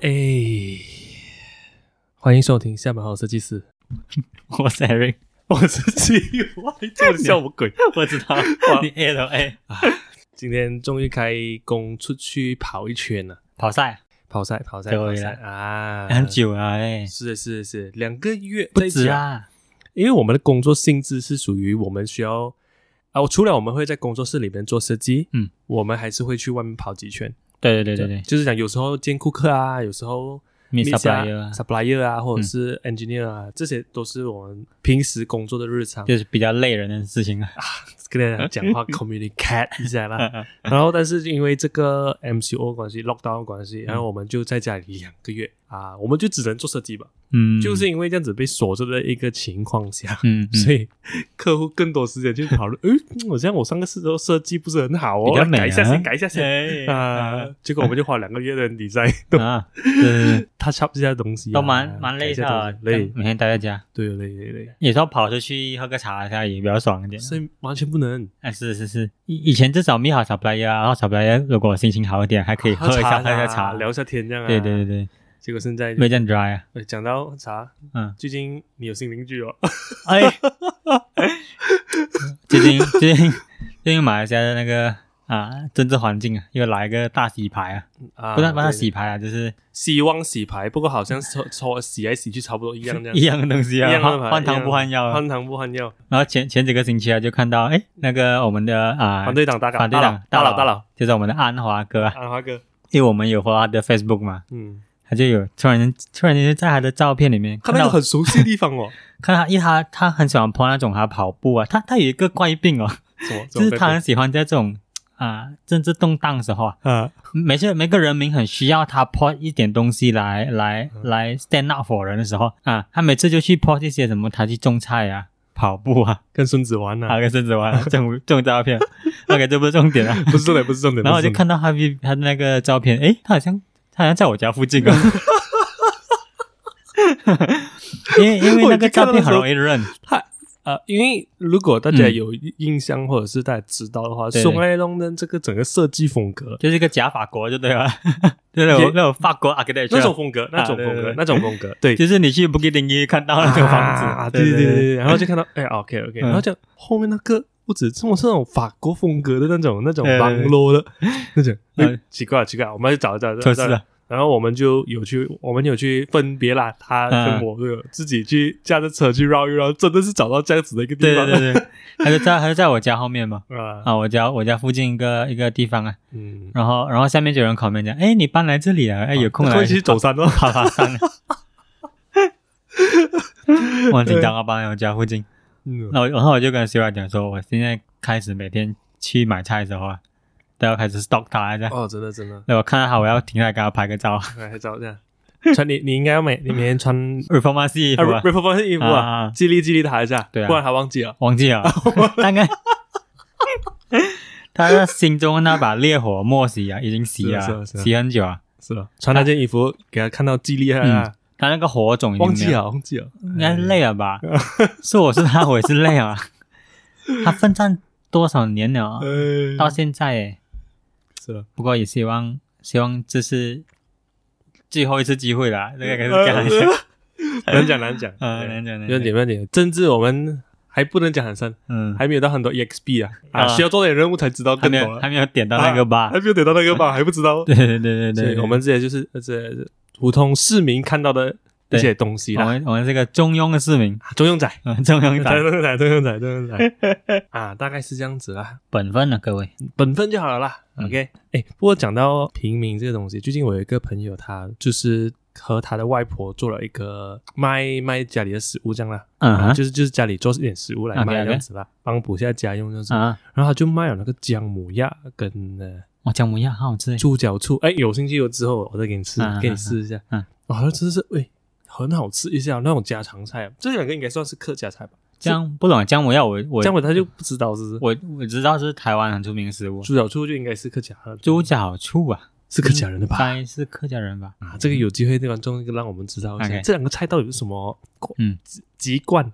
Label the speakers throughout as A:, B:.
A: 哎、欢迎收听厦门好设计师，
B: 我是 Eric，
A: 我是 C Y，做
B: 笑
A: 我鬼。
B: 我知道你 L A
A: 今天终于开工出去跑一圈了，
B: 跑赛
A: 跑赛跑赛
B: 对
A: 跑赛
B: 啦
A: 啊，
B: 很久了哎、
A: 是的，是的，是的两个月
B: 不
A: 在
B: 止
A: 家，
B: 啊，
A: 因为我们的工作性质是属于我们需要啊，除了我们会在工作室里面做设计，
B: 嗯，
A: 我们还是会去外面跑几圈，
B: 对对对对
A: 就是讲有时候见顾客啊，有时候。
B: 对
A: meet 下
B: supplier 啊
A: supplier 啊，或者是 engineer 啊，这些都是我们平时工作的日常。
B: 就是比较累人的事情啊，
A: 跟大家讲 话 communicate 一下
B: 嗯
A: 啦。然后，但是因为这个 MCO 关系、lockdown 关
B: 嗯
A: 系，然后我们就在家里两个月啊，我们就只能做设计吧。
B: 嗯，
A: 就是因为这样子被锁着的一个情况下，
B: 嗯，嗯
A: 所以客户更多时间去讨论，诶，好像我上个时候设计不是很好哦，
B: 比较美啊
A: 改一下先，改一下 先。
B: 哎
A: 啊、
B: 啊
A: 结果我们就花两个月的比赛，都
B: 啊，对对对，
A: 他插这些东西啊、
B: 都蛮蛮累的啊
A: 改，一下东西累，
B: 每天待在家，
A: 对，累累累，
B: 有时候跑出去喝个茶一下也比较爽一点。
A: 所以完全不能
B: 哎，是是是，以以前至少密好 supplier 啊，然后 supplier 如果心情好一点，还可以喝一
A: 茶
B: 下喝一下
A: 啊
B: 茶，
A: 聊一下天这样啊。
B: 对对对对，
A: 结果现在就
B: 没这样 dry 啊，
A: 呃，讲到茶，
B: 嗯，
A: 最近你有新邻居哦，
B: 哎， 最近最近最近马来西亚的那个啊政治环境啊，又来个大洗牌啊，
A: 啊
B: 不是不是
A: 对
B: 洗牌啊，就是
A: 希望洗牌，不过好像 抽抽洗来洗去差不多一样这样，
B: 一样的东西
A: 一
B: 啊，
A: 样的
B: 换
A: 牌
B: 换汤不换药啊。
A: 换糖不换药，
B: 然后前前几个星期啊，就看到哎，那个我们的啊
A: 反对党打卡，
B: 反对党
A: 大佬
B: 佬
A: 大佬，
B: 就是我们的安华哥啊，
A: 安华哥，
B: 因为我们有和他的 Facebook 嘛，
A: 嗯，
B: 他就有突然间突然间就在他的照片里面
A: 看
B: 看
A: 到一
B: 到
A: 个很熟悉的地方 哦，
B: 看到他，因为他他很喜欢 po 那种他跑步啊，他他有一个怪病哦，
A: 什么？
B: 就是
A: 什么
B: 他很喜欢在这种啊政治动荡的时候啊。
A: 啊，
B: 每次每个人民很需要他 p o 一点东西来来
A: 嗯
B: 来 stand up for 人的时候啊，他每次就去 p o 一些什么，他去种菜啊、跑步啊，
A: 跟孙子玩
B: 还
A: 呐，
B: 有个甚至玩这种这种照片，OK，这不是重点啊。
A: 不是重点，不是重点，
B: 然后我
A: 不是
B: 就
A: 重点
B: 看到他 P 他的那个照片，诶，他好像他好像在我家附近啊，因为因为那个照片很容易认，
A: 他。呃，因为如果大家
B: 嗯
A: 有印象或者是大家知道的话，
B: 对
A: 宋爱龙的这个整个设计风格，
B: 就是一个假法国，就对了，对那
A: 也
B: 种那种法国 architecture，
A: 那种风格，那种
B: 对
A: 风
B: 啊对
A: 格
B: 对，
A: 那种风格， 对，
B: 就是你去不给定义看到那个房子，
A: 啊，对对
B: 对
A: 对对，然后就看到，哎，OK OK，
B: 嗯
A: 然后就后面那个不止，这种是那种法国风格的那种那种
B: 对对
A: 邦
B: 对
A: 楼的 那种，哎
B: 嗯
A: 奇怪奇怪，我们去找找找
B: 测试
A: 找
B: 啊，
A: 然后我们就有去，我们有去分别啦，他跟
B: 嗯
A: 我有自己去驾着车去绕一绕，真的是找到这样子的一个地
B: 对
A: 方，
B: 对对 对，他就在他就在我家后面嘛，
A: 啊，
B: 啊，我家我家附近一个一个地方啊，
A: 嗯，
B: 然后然后下面就有人 comment 讲，哎，你搬来这里啊，哎，有空
A: 会
B: 来
A: 去走山哦，
B: 爬爬山啊， 我很紧张啊，搬来我家附近，
A: 嗯，
B: 那我然后我就跟 Siri 讲说，我现在开始每天去买菜的时候啊，都要开始 stock 他这样，
A: 哦，真的真的，
B: 那我看到他，我要停下来给他拍个照，
A: 来找一下，穿你你应该要每你每天穿
B: reform 是衣
A: 啊
B: 服啊
A: r e p o r 衣服
B: 啊
A: 啊
B: 啊，
A: 激励激励他一下，
B: 对啊
A: 不然他忘记了。
B: 忘记了，大概 他的心中那把烈火莫熄啊，已经熄
A: 是啊
B: 了，
A: 是啊
B: 熄很久啊。
A: 是啊，穿那件衣服给他看到激励啊
B: 嗯，他那个火种已经
A: 忘记
B: 没有，
A: 了，忘记了，
B: 应该累了吧？
A: 哎
B: 是我是他，我也是 累啊。他奋战多少年了啊，
A: 哎，
B: 到现在诶，
A: 是啊了，
B: 不过也希望希望这是最后一次机会啦，这个还是讲
A: 哎
B: 一 下。
A: 难讲难讲，
B: 嗯，
A: 对
B: 能讲能
A: 不要
B: 讲
A: 紧不要紧，政治我们还不能讲很深，
B: 嗯，
A: 还没有到很多 EXP 啊，啊，
B: 啊
A: 需要做点任务才知道
B: 还
A: 更
B: 没
A: 多
B: 有
A: 了，啊
B: 还没有点到那个吧
A: 还？没有得到那个吧，还不知道，
B: 对对对对
A: 所以
B: 对，
A: 我们这些就是呃这普通市民看到的一些东西
B: 我
A: 啦，啊
B: 们我们是个中庸的市民，
A: 中庸仔。
B: 嗯，中庸
A: 中
B: 党
A: 庸仔，中庸仔，中庸仔啊，大概是这样子啦。
B: 本分啊，各位。
A: 本分就好了啦。
B: 嗯
A: OK，哎、不过讲到平民这个东西，最近我有一个朋友，他就是和他的外婆做了一个卖卖家里的食物这样啦，
B: 嗯
A: 啊
B: 哼
A: 就是就是家里做一点食物来
B: OK，
A: 卖
B: OK
A: 这样子啦，帮补一下家用这样子。
B: 啊，
A: 然后他就卖了那个姜母鸭跟呃
B: 我姜母鸭好好吃欸，
A: 猪脚醋，哎，有兴趣了之后我再给你吃，
B: 嗯嗯
A: 给你试一下。
B: 嗯嗯
A: 哇，那真的是哎。很好吃一下那种家常菜，这两个应该算是客家菜吧？
B: 姜不懂姜母鸭，我我
A: 姜母他就不知道是不是？
B: 我我知道是台湾很出名的食物，啊
A: 猪脚醋就应该是客家的，
B: 猪脚醋啊，
A: 是客家人的吧？
B: 该是客家人吧？
A: 啊，这个有机会的观众让我们知道一下
B: 嗯 OK
A: 这两个菜到底是什么关？
B: 嗯
A: 籍，籍贯，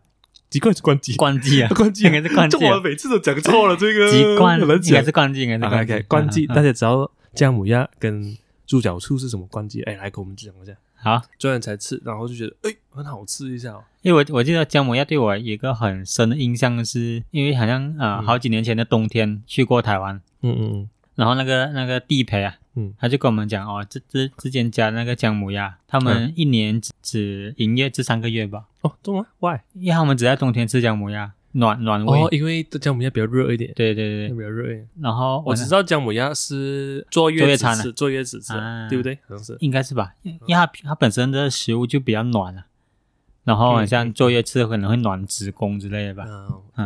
A: 籍贯是关籍，，
B: 关记啊
A: 关籍
B: 应。该是关
A: 这
B: 记
A: 我
B: 啊，
A: 每次都讲错了，这个
B: 籍贯
A: 很难
B: 应
A: 讲
B: 该
A: 啊
B: 是。关记，应该是嗯啊
A: OK，
B: 关记，
A: 关记，
B: 嗯
A: 大家只要姜母鸭跟猪脚醋是什么关节？哎，来给我们讲一下。
B: 好，
A: 昨天才吃，然后就觉得哎很好吃一下、哦，
B: 因为我我记得姜母鸭对我有一个很深的印象是，因为好像呃、好几年前的冬天去过台湾，
A: 嗯嗯
B: 然后那个那个地陪啊，
A: 嗯
B: 他就跟我们讲哦，这这之前家那个姜母鸭，他
A: 嗯
B: 们一年只,、只营业这三个月吧，
A: 哦，懂了，why？
B: 因为他们只在冬天吃姜母鸭，暖暖胃。
A: 哦，因为姜母鸭比较热一点，
B: 对对
A: 比
B: 对，
A: 较热一点。
B: 然后
A: 我只知道姜母鸭是坐
B: 坐
A: 月
B: 月
A: 子
B: 餐啊
A: 吃，坐月子吃，
B: 啊
A: 对不对？好像是。
B: 应该是吧，因因为它它本身的食物就比较暖啊，然后很像坐月吃可能会暖子宫之类的吧，
A: 嗯
B: 嗯，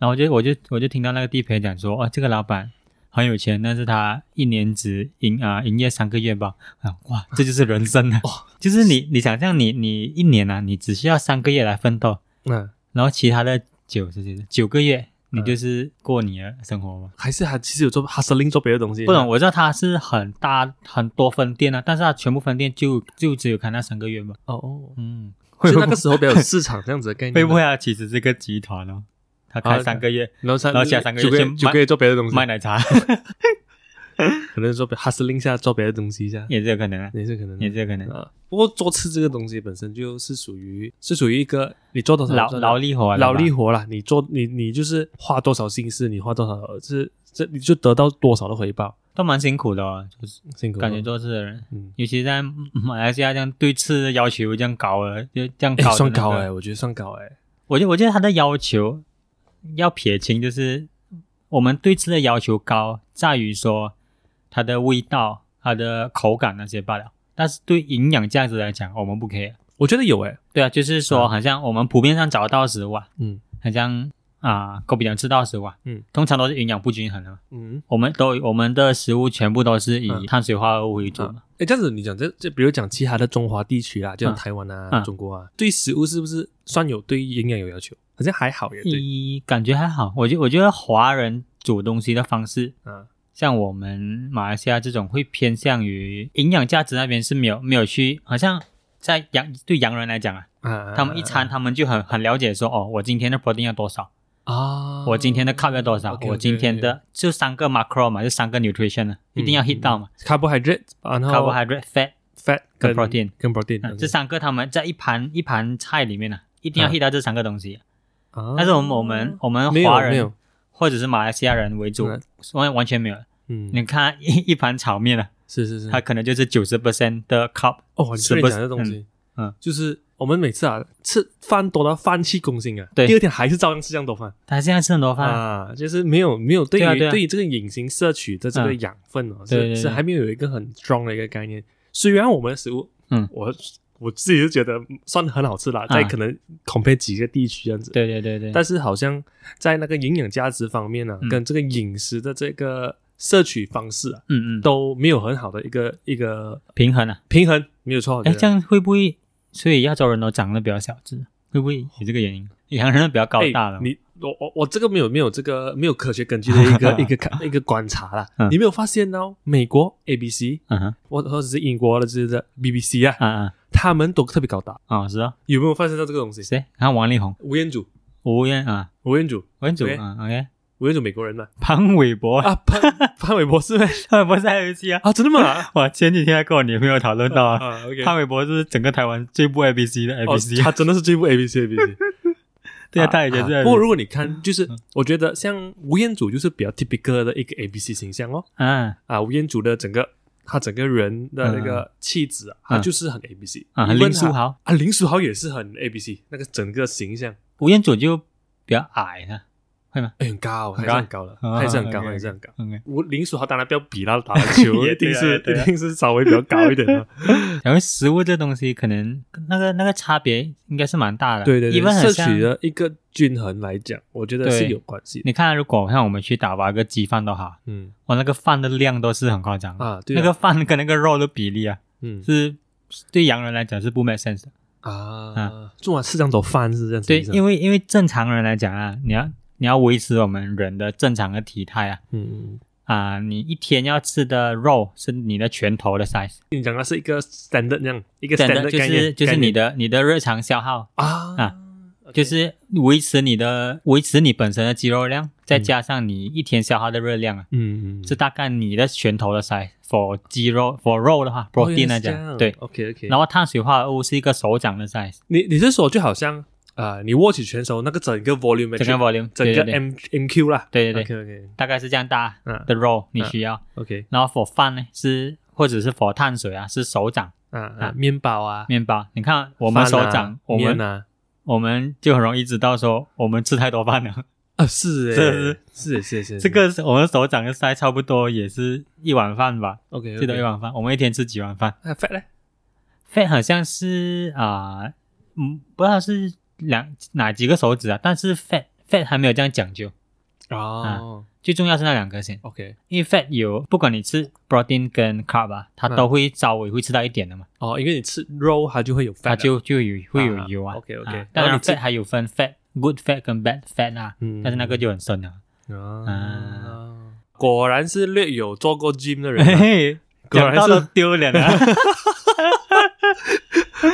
B: 然后我就我就我就听到那个地陪讲说，哦，这个老板很有钱，但是他一年只营啊、营业三个月吧，啊，哇，这就是人生 啊！就是你你想象你你一年啊，你只需要三个月来奋斗，
A: 那
B: 然后其他的九十九九个月，你
A: 嗯
B: 就是过你的生活嘛。
A: 还是还其实有做哈斯林做别的东西，
B: 不然我知道他是很大很多分店啊，但是他全部分店就就只有开那三个月嘛。
A: 哦哦，
B: 嗯，
A: 是
B: 会不
A: 那个时候比较有市场这样子的概念，
B: 会不会？啊？其实这个集团哦，他开
A: 啊
B: 三个月
A: 然后三，
B: 然后其他三个月
A: 九个
B: 先
A: 月
B: 卖
A: 九个月做别的东西，
B: 卖奶茶，
A: 可能做哈斯林一下做别的东西一下，
B: 也是有可能啊，
A: 也是可能的，
B: 也是有可能。
A: 啊。不过做吃这个东西本身就是属于是属于一个你做多少
B: 劳
A: 赚多少
B: 劳力活啊，
A: 劳力
B: 活
A: 活啦，你做你你就是花多少心思，你花多少这这你就得到多少的回报，
B: 都蛮辛苦的哦，就是
A: 辛苦了
B: 感觉做事的人，
A: 嗯，
B: 尤其在马来西亚这样对吃的要求这样高了，就这样
A: 哎、
B: 高、
A: 算高哎、。我觉得算高哎、
B: 我觉得我觉得他的要求要撇清，就是我们对吃的要求高，在于说它的味道、它的口感那些罢了。但是对营养价值来讲，我们不 care。
A: 我觉得有哎、
B: 对啊，就是说，好像我们普遍上找到的食物啊，
A: 嗯
B: 好像啊，狗比较吃到的食物啊，
A: 嗯，
B: 通常都是营养不均衡的嘛。
A: 嗯，
B: 我们都我们的食物全部都是
A: 嗯
B: 以碳水化合物为主嘛。
A: 哎、这样子你讲这这，比如讲其他的中华地区啦，就像
B: 嗯
A: 台湾啊、
B: 嗯
A: 中国啊，对食物是不是算有对营养有要求？好像还好耶，嗯对，
B: 一感觉还好，我觉我觉得华人煮东西的方式，
A: 啊，
B: 像我们马来西亚这种会偏向于营养价值那边是没有没有去，好像在洋对洋人来讲啊，
A: 啊
B: 他们一餐他们就很很了解说哦，我今天的 protein 要多少，
A: 啊，
B: 我今天的 carb 要多少，
A: OK，OK，
B: 我今天
A: OK，OK
B: 的就三个 macro 嘛，就三个 nutrition 呢，一
A: 嗯
B: 定要 hit 到嘛、
A: carbohydrate，然后
B: c a r b o h y d r a t e fat
A: fat
B: 跟 protein
A: 跟 protein，
B: 嗯
A: OK
B: 这三个他们在一盘一盘菜里面呢、啊，一定要
A: 嗯
B: hit 到这三个东西。
A: 啊
B: 但是我们我们我们
A: 没有
B: 华
A: 没
B: 人
A: 有
B: 或者是马来西亚人为主
A: 嗯，
B: 完完全没有。
A: 嗯，
B: 你看一一盘炒面啊，
A: 是是是，
B: 它可能就是九十 percent 的 cup，
A: 哦，你突然
B: 是不
A: 讲
B: 是
A: 这东西，
B: 嗯嗯
A: 就是我们每次啊吃饭多到饭气攻心啊，
B: 对
A: 第二天还是照样吃这样多饭
B: 它现在吃很多饭，
A: 啊，就是没有没有对于
B: 对啊对啊
A: 于这个隐形摄取的这个养分哦，
B: 对对
A: 是
B: 对
A: 是还没有有一个很 strong 的一个概念。虽然我们的食物，
B: 嗯
A: 我我自己就觉得算很好吃啦，在
B: 啊
A: 可能 compare 几个地区这样子，
B: 对对对对，
A: 但是好像在那个营养价值方面呢、啊
B: 嗯
A: 跟这个饮食的这个摄取方式啊，
B: 嗯嗯，
A: 都没有很好的一个一个
B: 平衡啊。
A: 平衡，没有错。我觉
B: 哎，
A: 得
B: 这样会不会？所以亚洲人都长得比较小只，会不会有这个 原因？洋人都比较高
A: 哎
B: 大了嘛，
A: 你我我我这个没有没有这个没有科学根据的一 个一个看一个观察啦。
B: 嗯
A: 你没有发现哦？美国 ABC
B: 嗯哼，
A: 或或者是英国的这个 BBC 啊，
B: 啊啊
A: 他们都特别高大，
B: 啊，是啊，
A: 有没有发现到这个东西？
B: 谁？看王力宏、
A: 吴彦祖，
B: 吴彦啊，
A: 吴彦祖，
B: 吴彦祖
A: 对
B: 啊，OK，
A: 吴彦祖美国人嘛？
B: 潘玮柏，
A: 啊，潘潘玮柏是吗？
B: 他们不是还有一 期啊？
A: 啊，真 的吗？
B: 我前几天还跟我女朋友讨论到啊，
A: 啊，OK，
B: 潘玮柏是整个台湾最不 ABC 的
A: 哦
B: ABC，
A: 他真的是这部 ABC ABC。
B: 对啊，他以前是
A: 啊
B: ABC。
A: 不过如果你
B: 嗯
A: 看，就是我觉得像吴彦祖就是比较 typical 的一个 A B C 形象哦。
B: 嗯
A: 啊，吴彦祖的整个他整个人的那个气质啊，他就是很 A B C
B: 嗯啊，林书豪，
A: 啊，林书豪也是很 A B C，那个整个形象，
B: 吴彦祖就比较矮呢，会吗？
A: 哎，很高，他
B: 很
A: 也是
B: 高
A: 很高了，
B: 啊
A: 他也是很高，他也是很高。
B: OK，
A: 我林书豪当然不要比他打篮 球，
B: 也
A: 一定
B: 对啊
A: 是
B: 对啊
A: 一定是稍微比较高一点 的。
B: 然后食物这东西可能那个那个差别应该是蛮大的，
A: 对对
B: 因
A: 对，
B: 为很
A: 摄
B: 像
A: 取。的一个均衡来讲，我觉得是
B: 对
A: 有关系的。
B: 你看，如果像我们去打包一个鸡饭都好，
A: 嗯
B: 我那个饭的量都是很夸张的，
A: 啊，对啊
B: 那个饭跟那个肉的比例啊，
A: 嗯
B: 是对洋人来讲是不 make sense 的。
A: 啊，中晚吃这样走饭是这样子
B: 对
A: 意思，啊，
B: 因为因为正常人来讲啊，你要你要维持我们人的正常的体态啊。
A: 嗯嗯。
B: 啊、你一天要吃的肉是你的拳头的 size，
A: 你讲的是一个 standard 那样，一个
B: 真
A: standard
B: 的就
A: 概念
B: 是就是
A: 概念
B: 你的你的日常消耗
A: 啊
B: 啊就是维持你的维持你本身的肌肉量，再加上你一天消耗的热量啊，
A: 嗯，
B: 是大概你的拳头的 size for 肌肉 for 肉的话，protein
A: 哦
B: 来讲，对。
A: ，OK OK。
B: 然后碳水化合物是一个手掌的 size，
A: 你你是说就好像呃，你握起拳手那个整个 volume，
B: 整个 volume，
A: 整
B: 对
A: 个
B: 对对
A: M MQ 啦，
B: 对对对，
A: ，OK OK
B: 大概是这样大
A: 嗯
B: 的肉你
A: 嗯
B: 需要。
A: OK
B: 然后 for 饭呢是或者是 for 碳水啊是手掌
A: 啊啊，面包啊，
B: 面包，你看我们手
A: 饭啊
B: 掌，我们
A: 面啊
B: 我们就很容易知道说我们吃太多饭了。
A: 啊是
B: 是
A: 诶是是是是
B: 这个是我们手掌的 size 差不多也是一碗饭吧，
A: OK
B: 记得一碗饭。我们一天吃几碗饭
A: 啊 fat 嘞，
B: f a 好像是啊、嗯，不知道是两哪几个手指啊，但是 fat fat 还没有这样讲究。啊
A: 哦
B: 最重要是那两颗先，
A: OK
B: 因为 fat 有不管你吃 protein 跟 carb 啊，它
A: 嗯
B: 都会稍微会吃到一点的嘛，
A: 哦，因为你吃肉它就会有 fat，
B: 它
A: 了
B: 就就有会有
A: 啊
B: 油啊。
A: OK，OK
B: 啊
A: 然
B: 当
A: 后
B: 然
A: 你吃
B: fat 还有分 fat good fat 跟 bad fat 啊，
A: 嗯
B: 但是那个就很深了。
A: 啊
B: 啊，
A: 果然是略有做过 gym 的人
B: 嘿
A: 啊，
B: 嘿，
A: 果然
B: 讲到
A: 是
B: 都丢脸了。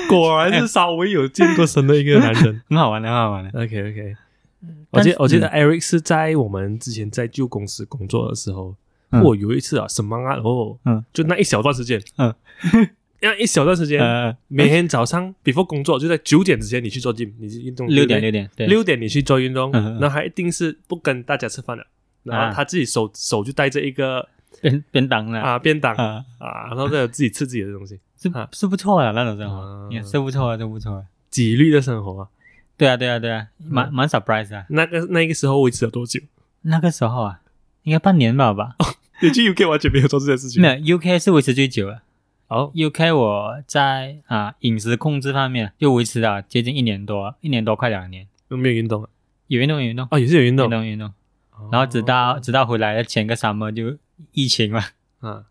A: 果然是稍微有健过身的一个男 人。
B: 哎很好玩的，很好玩的。
A: OK OK，我
B: 嗯但
A: 记
B: 是
A: 得我记得 Eric 是在我们之前在旧公司工作的时候，
B: 嗯
A: 我有一次啊，什么啊，哦，
B: 嗯，
A: 就那一小段时间，
B: 嗯，
A: 那一小段时间，
B: 呃，
A: 每天早上 before 工作就在九点之前你去做 gym，你去运动
B: 六点
A: 对
B: 六
A: 不
B: 点，
A: 对
B: 对，
A: 六点你去做运动，
B: 嗯嗯嗯
A: 然后他一定是不跟大家吃饭的，然后
B: 啊
A: 他自己手手就带着一个
B: 便便当了
A: 啊便当啊，
B: 啊，
A: 然后再自己吃自己的东西，
B: 是
A: 啊
B: 是不错的那种生
A: 啊
B: 活，也是不错的，是不错的。
A: 纪律的生活啊，嗯
B: 对啊，对啊，对啊，蛮蛮 surprise 的啊。
A: 那个那个时候维持了多久？
B: 那个时候啊，应该半年吧吧。
A: 你去 UK 完全没有做这件事情，
B: 没有，UK 是维持最久的。
A: 好，
B: UK 我在啊饮食控制方面就维持了接近一年多，一年多快两年。
A: 有没有运动啊？
B: 有运动，有运动，
A: 啊，也是有运动哦
B: 运，动，运动。然后直到直到回来的前个 summer 就疫情嘛，
A: 啊，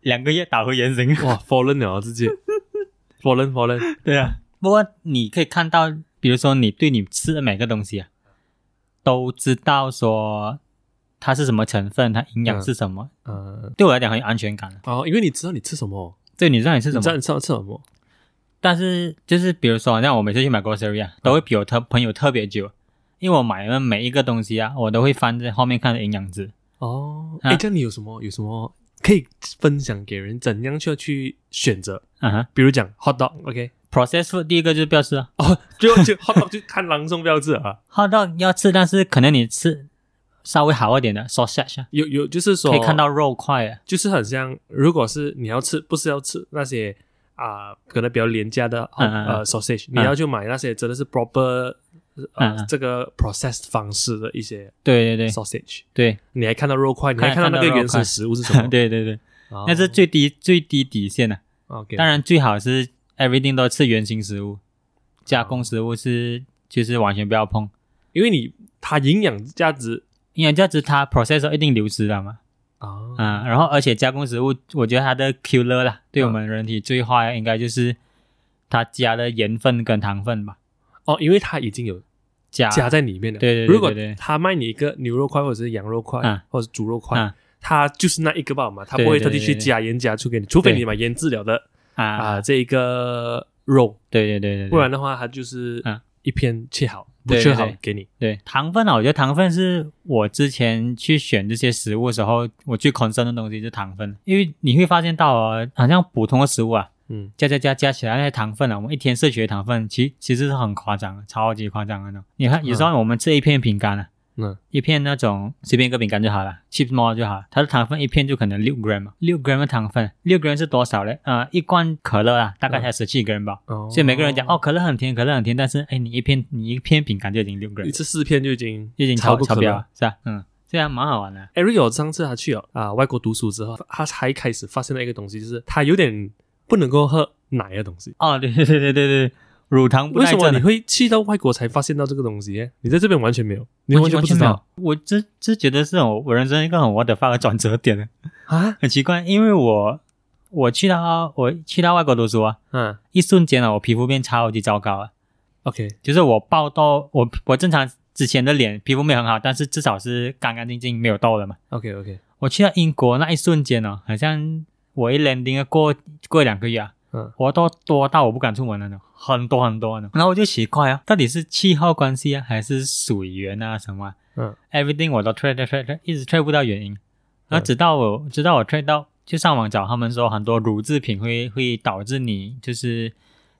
B: 两个月打回原形。
A: 哇，fallen 了啊自 己 fallen fallen，
B: 对啊，不过你可以看到，比如说你对你吃的每个东西啊，都知道说它是什么成分，它营养是什么。
A: 呃，
B: 对我来讲很有安全感的，
A: 哦，因为你知道你吃什么，
B: 对，你知道你吃什
A: 你知道
B: 么。
A: 你知道吃什么，
B: 但是就是比如说，像我每次去买 grocery 啊，都会比我特朋友特别久，因为我买的每一个东西啊，我都会翻在后面看的营养值。
A: 哦，
B: 啊
A: 哎，这样你有什么有什么可以分享给人，怎样去去选择？
B: 啊哈
A: 比如讲 hot dog，OK，
B: ，processed food 第一个就是不要吃啊
A: 哦，就就 hot dog 就看朗诵标志啊，
B: ，hot dog 要吃，但是可能你吃稍微好一点的 sausage 啊，
A: 有有就是说
B: 可以看到肉块啊，
A: 就是很像，如果是你要吃，不是要吃那些啊、可能比较廉价的
B: 嗯嗯
A: 呃
B: 嗯
A: sausage，你
B: 嗯
A: 要去买那些真的是 proper
B: 嗯
A: 呃
B: 嗯
A: 这个 processed 方式的一些
B: 对对对
A: sausage，
B: 对，
A: 你还看到肉块，你还
B: 看
A: 看到那个
B: 看到肉块
A: 原始食物是什么？
B: 对对对。
A: 哦，
B: 那是最低最低底线了、
A: OK，
B: 当然最好是 everything 都吃原型食物，加工食物是就是完全不要碰。
A: 因为你它营养价值
B: 营养价值它 process 一定流失了嘛，
A: 啊
B: 啊，然后而且加工食物，我觉得它的 killer 啦，对我们人体最坏应该就是它加的盐分跟糖分吧，
A: 哦，因为它已经有
B: 加
A: 加在里面了。
B: 对对对
A: 如果
B: 对对
A: 他卖你一个牛肉块或者是羊肉块、
B: 嗯
A: 或者是猪肉块。
B: 啊
A: 它就是那一个包嘛，它
B: 对
A: 不会
B: 对
A: 特地
B: 对
A: 去
B: 对
A: 加盐加醋给你，除非
B: 对
A: 你买腌制了的
B: 啊
A: 啊
B: 啊，
A: 这一个肉，
B: 对对对对，
A: 不然的话，它就是
B: 嗯
A: 一片切好，不
B: 对
A: 切好
B: 对对
A: 给你。
B: 对糖分啊，我觉得糖分是我之前去选这些食物的时候，我最 concern 的东西就是糖分，因为你会发现到啊，好像普通的食物啊，
A: 嗯，
B: 加加加加起来那些糖分啊，我们一天摄取的糖分，其其实是很夸张的，超级夸张的那种。你看，有时候我们吃一片饼干啊，
A: 嗯，
B: 一片那种随便一个饼干就好了，chips more 就好了，它的糖分一片就可能六 gram，嘛六 gram 的糖分，六 gram 是多少嘞？呃，一罐可乐啊，大概才十七 gram 吧。
A: 哦
B: 所以每个人讲哦，，可乐很甜，可乐很甜，但是哎，你一片你一片饼干就已经六 gram，
A: 一次四片就已经
B: 已经
A: 超
B: 超
A: 过
B: 超
A: 可
B: 标
A: 乐
B: 了。，是吧？嗯，这样蛮好玩的。
A: Ariel 上次他去了啊、外国读书之后，他才开始发现了一个东西，就是他有点不能够喝奶的东西。
B: 哦，对对对对对对，乳糖 不
A: 为
B: 耐
A: 什
B: 症
A: 么
B: 啊。
A: 你会去到外国才发现到这个东西？你在这边完全没有，你
B: 完
A: 全
B: 全
A: 不知
B: 没
A: 道
B: 有，我这这觉得是我我人生一个很我的发的转折点，
A: 啊？
B: 很奇怪，因为我我去到我去到外国读书啊，
A: 嗯
B: 一瞬间啊，我皮肤变超级糟糕啊，
A: ，OK，
B: 就是我爆痘，我我正常之前的脸皮肤没有很好，但是至少是干干净净没有痘了嘛。
A: OK OK，
B: 我去到英国那一瞬间哦，好像我一 landing 啊过过两个月啊，
A: 嗯
B: 活动多到我不敢出门了呢，很多很多呢。然后我就奇怪啊，到底是气候关系啊，还是水源啊什么啊
A: 嗯
B: ？Everything 我都 track track track，track，一直 track 不到原因。然后直到我直到我 track 到，就上网找他们说很多乳制品会会导致你就是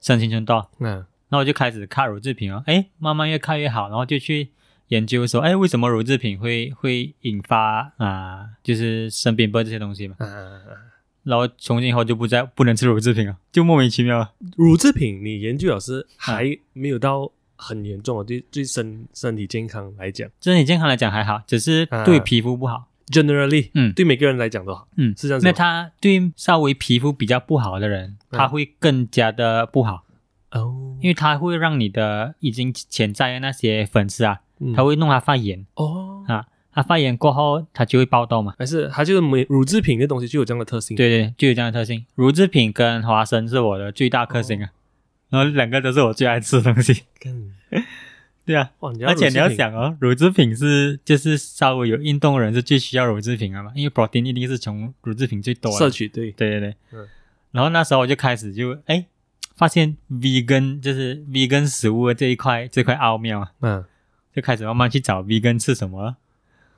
B: 身心症状。
A: 嗯
B: 然后我就开始看乳制品哦，哎，慢慢越看越好，然后就去研究说，哎，为什么乳制品会会引发啊、就是生病不这些东西嘛？
A: 嗯嗯嗯，
B: 然后从今以后就不再不能吃乳制品了，就莫名其妙了。
A: 乳制品你研究老师还没有到很严重啊，对对身身体健康来讲
B: 身体健康来讲还好，只是
A: 啊
B: 对皮肤不好。
A: ，generally，
B: 嗯
A: 对每个人来讲都好，
B: 嗯，
A: 是这样子
B: 那
A: 吗。
B: 他对稍微皮肤比较不好的人，
A: 嗯
B: 他会更加的不好，
A: 哦，
B: 因为他会让你的已经潜在的那些粉刺啊，
A: 为
B: 他会弄它发炎
A: 嗯哦，
B: 啊，它发炎过后它就会爆痘嘛。
A: 还是它就是每乳制品的东西就有这样的特性，，
B: 对对，就有这样的特性。乳制品跟花生是我的最大克
A: 哦
B: 星啊，然后两个都是我最爱吃的东西。
A: 干
B: 对啊，
A: 哇，你
B: 而且你要
A: 乳制品
B: 想哦，乳制品是就是稍微有运动的人是最需要乳制品的嘛，因为 protein 一定是从乳制品最多的
A: 摄。取对，
B: 对对对，
A: 嗯
B: 然后那时候我就开始就哎，发现 vegan 就是 vegan 食物的这一块这块奥妙啊，
A: 嗯
B: 就开始慢慢去找 vegan 吃什么了。
A: 嗯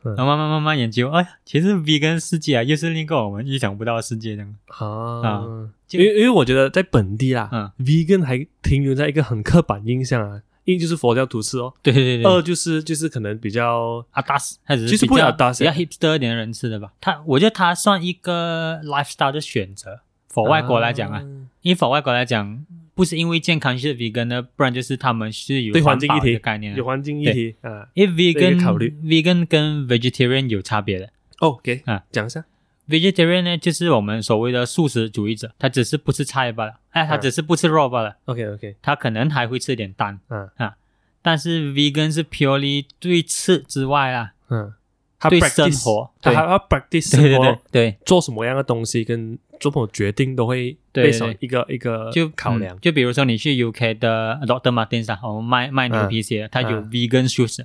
B: 然后慢慢慢慢研究，哎呀，其实 vegan 世界啊，又是另一个我们意想不到的世界，这样。
A: 啊
B: 啊，
A: 因为因为我觉得在本地啊、
B: 嗯
A: v e g a n 还停留在一个很刻板印象啊，一就是佛教徒吃哦，
B: 对对对对，
A: 二就是就是可能比较啊
B: 阿达斯，还是
A: 其实不
B: 比较
A: 了 Atas
B: 比较 hipster 一点的人吃的吧。他，我觉得他算一个 lifestyle 的选择。for 外国来讲啊，，因为 for 外国来讲，不是因为健康是 vegan 的，不然就是他们是有
A: 对环境议
B: 环保
A: 题
B: 的概念的
A: 有。环境议题啊。
B: 因为
A: 这个
B: vegan
A: 考虑
B: vegan 跟 vegetarian 有差别的。
A: 哦，OK
B: 啊
A: 讲一下，
B: vegetarian 呢，就是我们所谓的素食主义者，他只是不吃菜罢了，
A: 嗯
B: 哎，他只是不吃肉罢了，
A: OK OK，
B: 他可能还会吃点蛋，
A: 嗯
B: 啊，但是 vegan 是 purely 对吃之外啊啦，
A: 嗯，他
B: 对
A: practice，
B: 生活
A: 他
B: 对
A: 还要 practice
B: 对
A: 生
B: 对对
A: 活，
B: 对，
A: 做什么样的东西跟做什么决定都会
B: 对
A: 备
B: 对
A: 受
B: 对
A: 一个一个
B: 就
A: 考
B: 嗯
A: 量。
B: 就比如说你去 UK 的 Doctor Martens 啊，我们卖卖牛皮鞋，它有
A: 嗯
B: vegan shoes，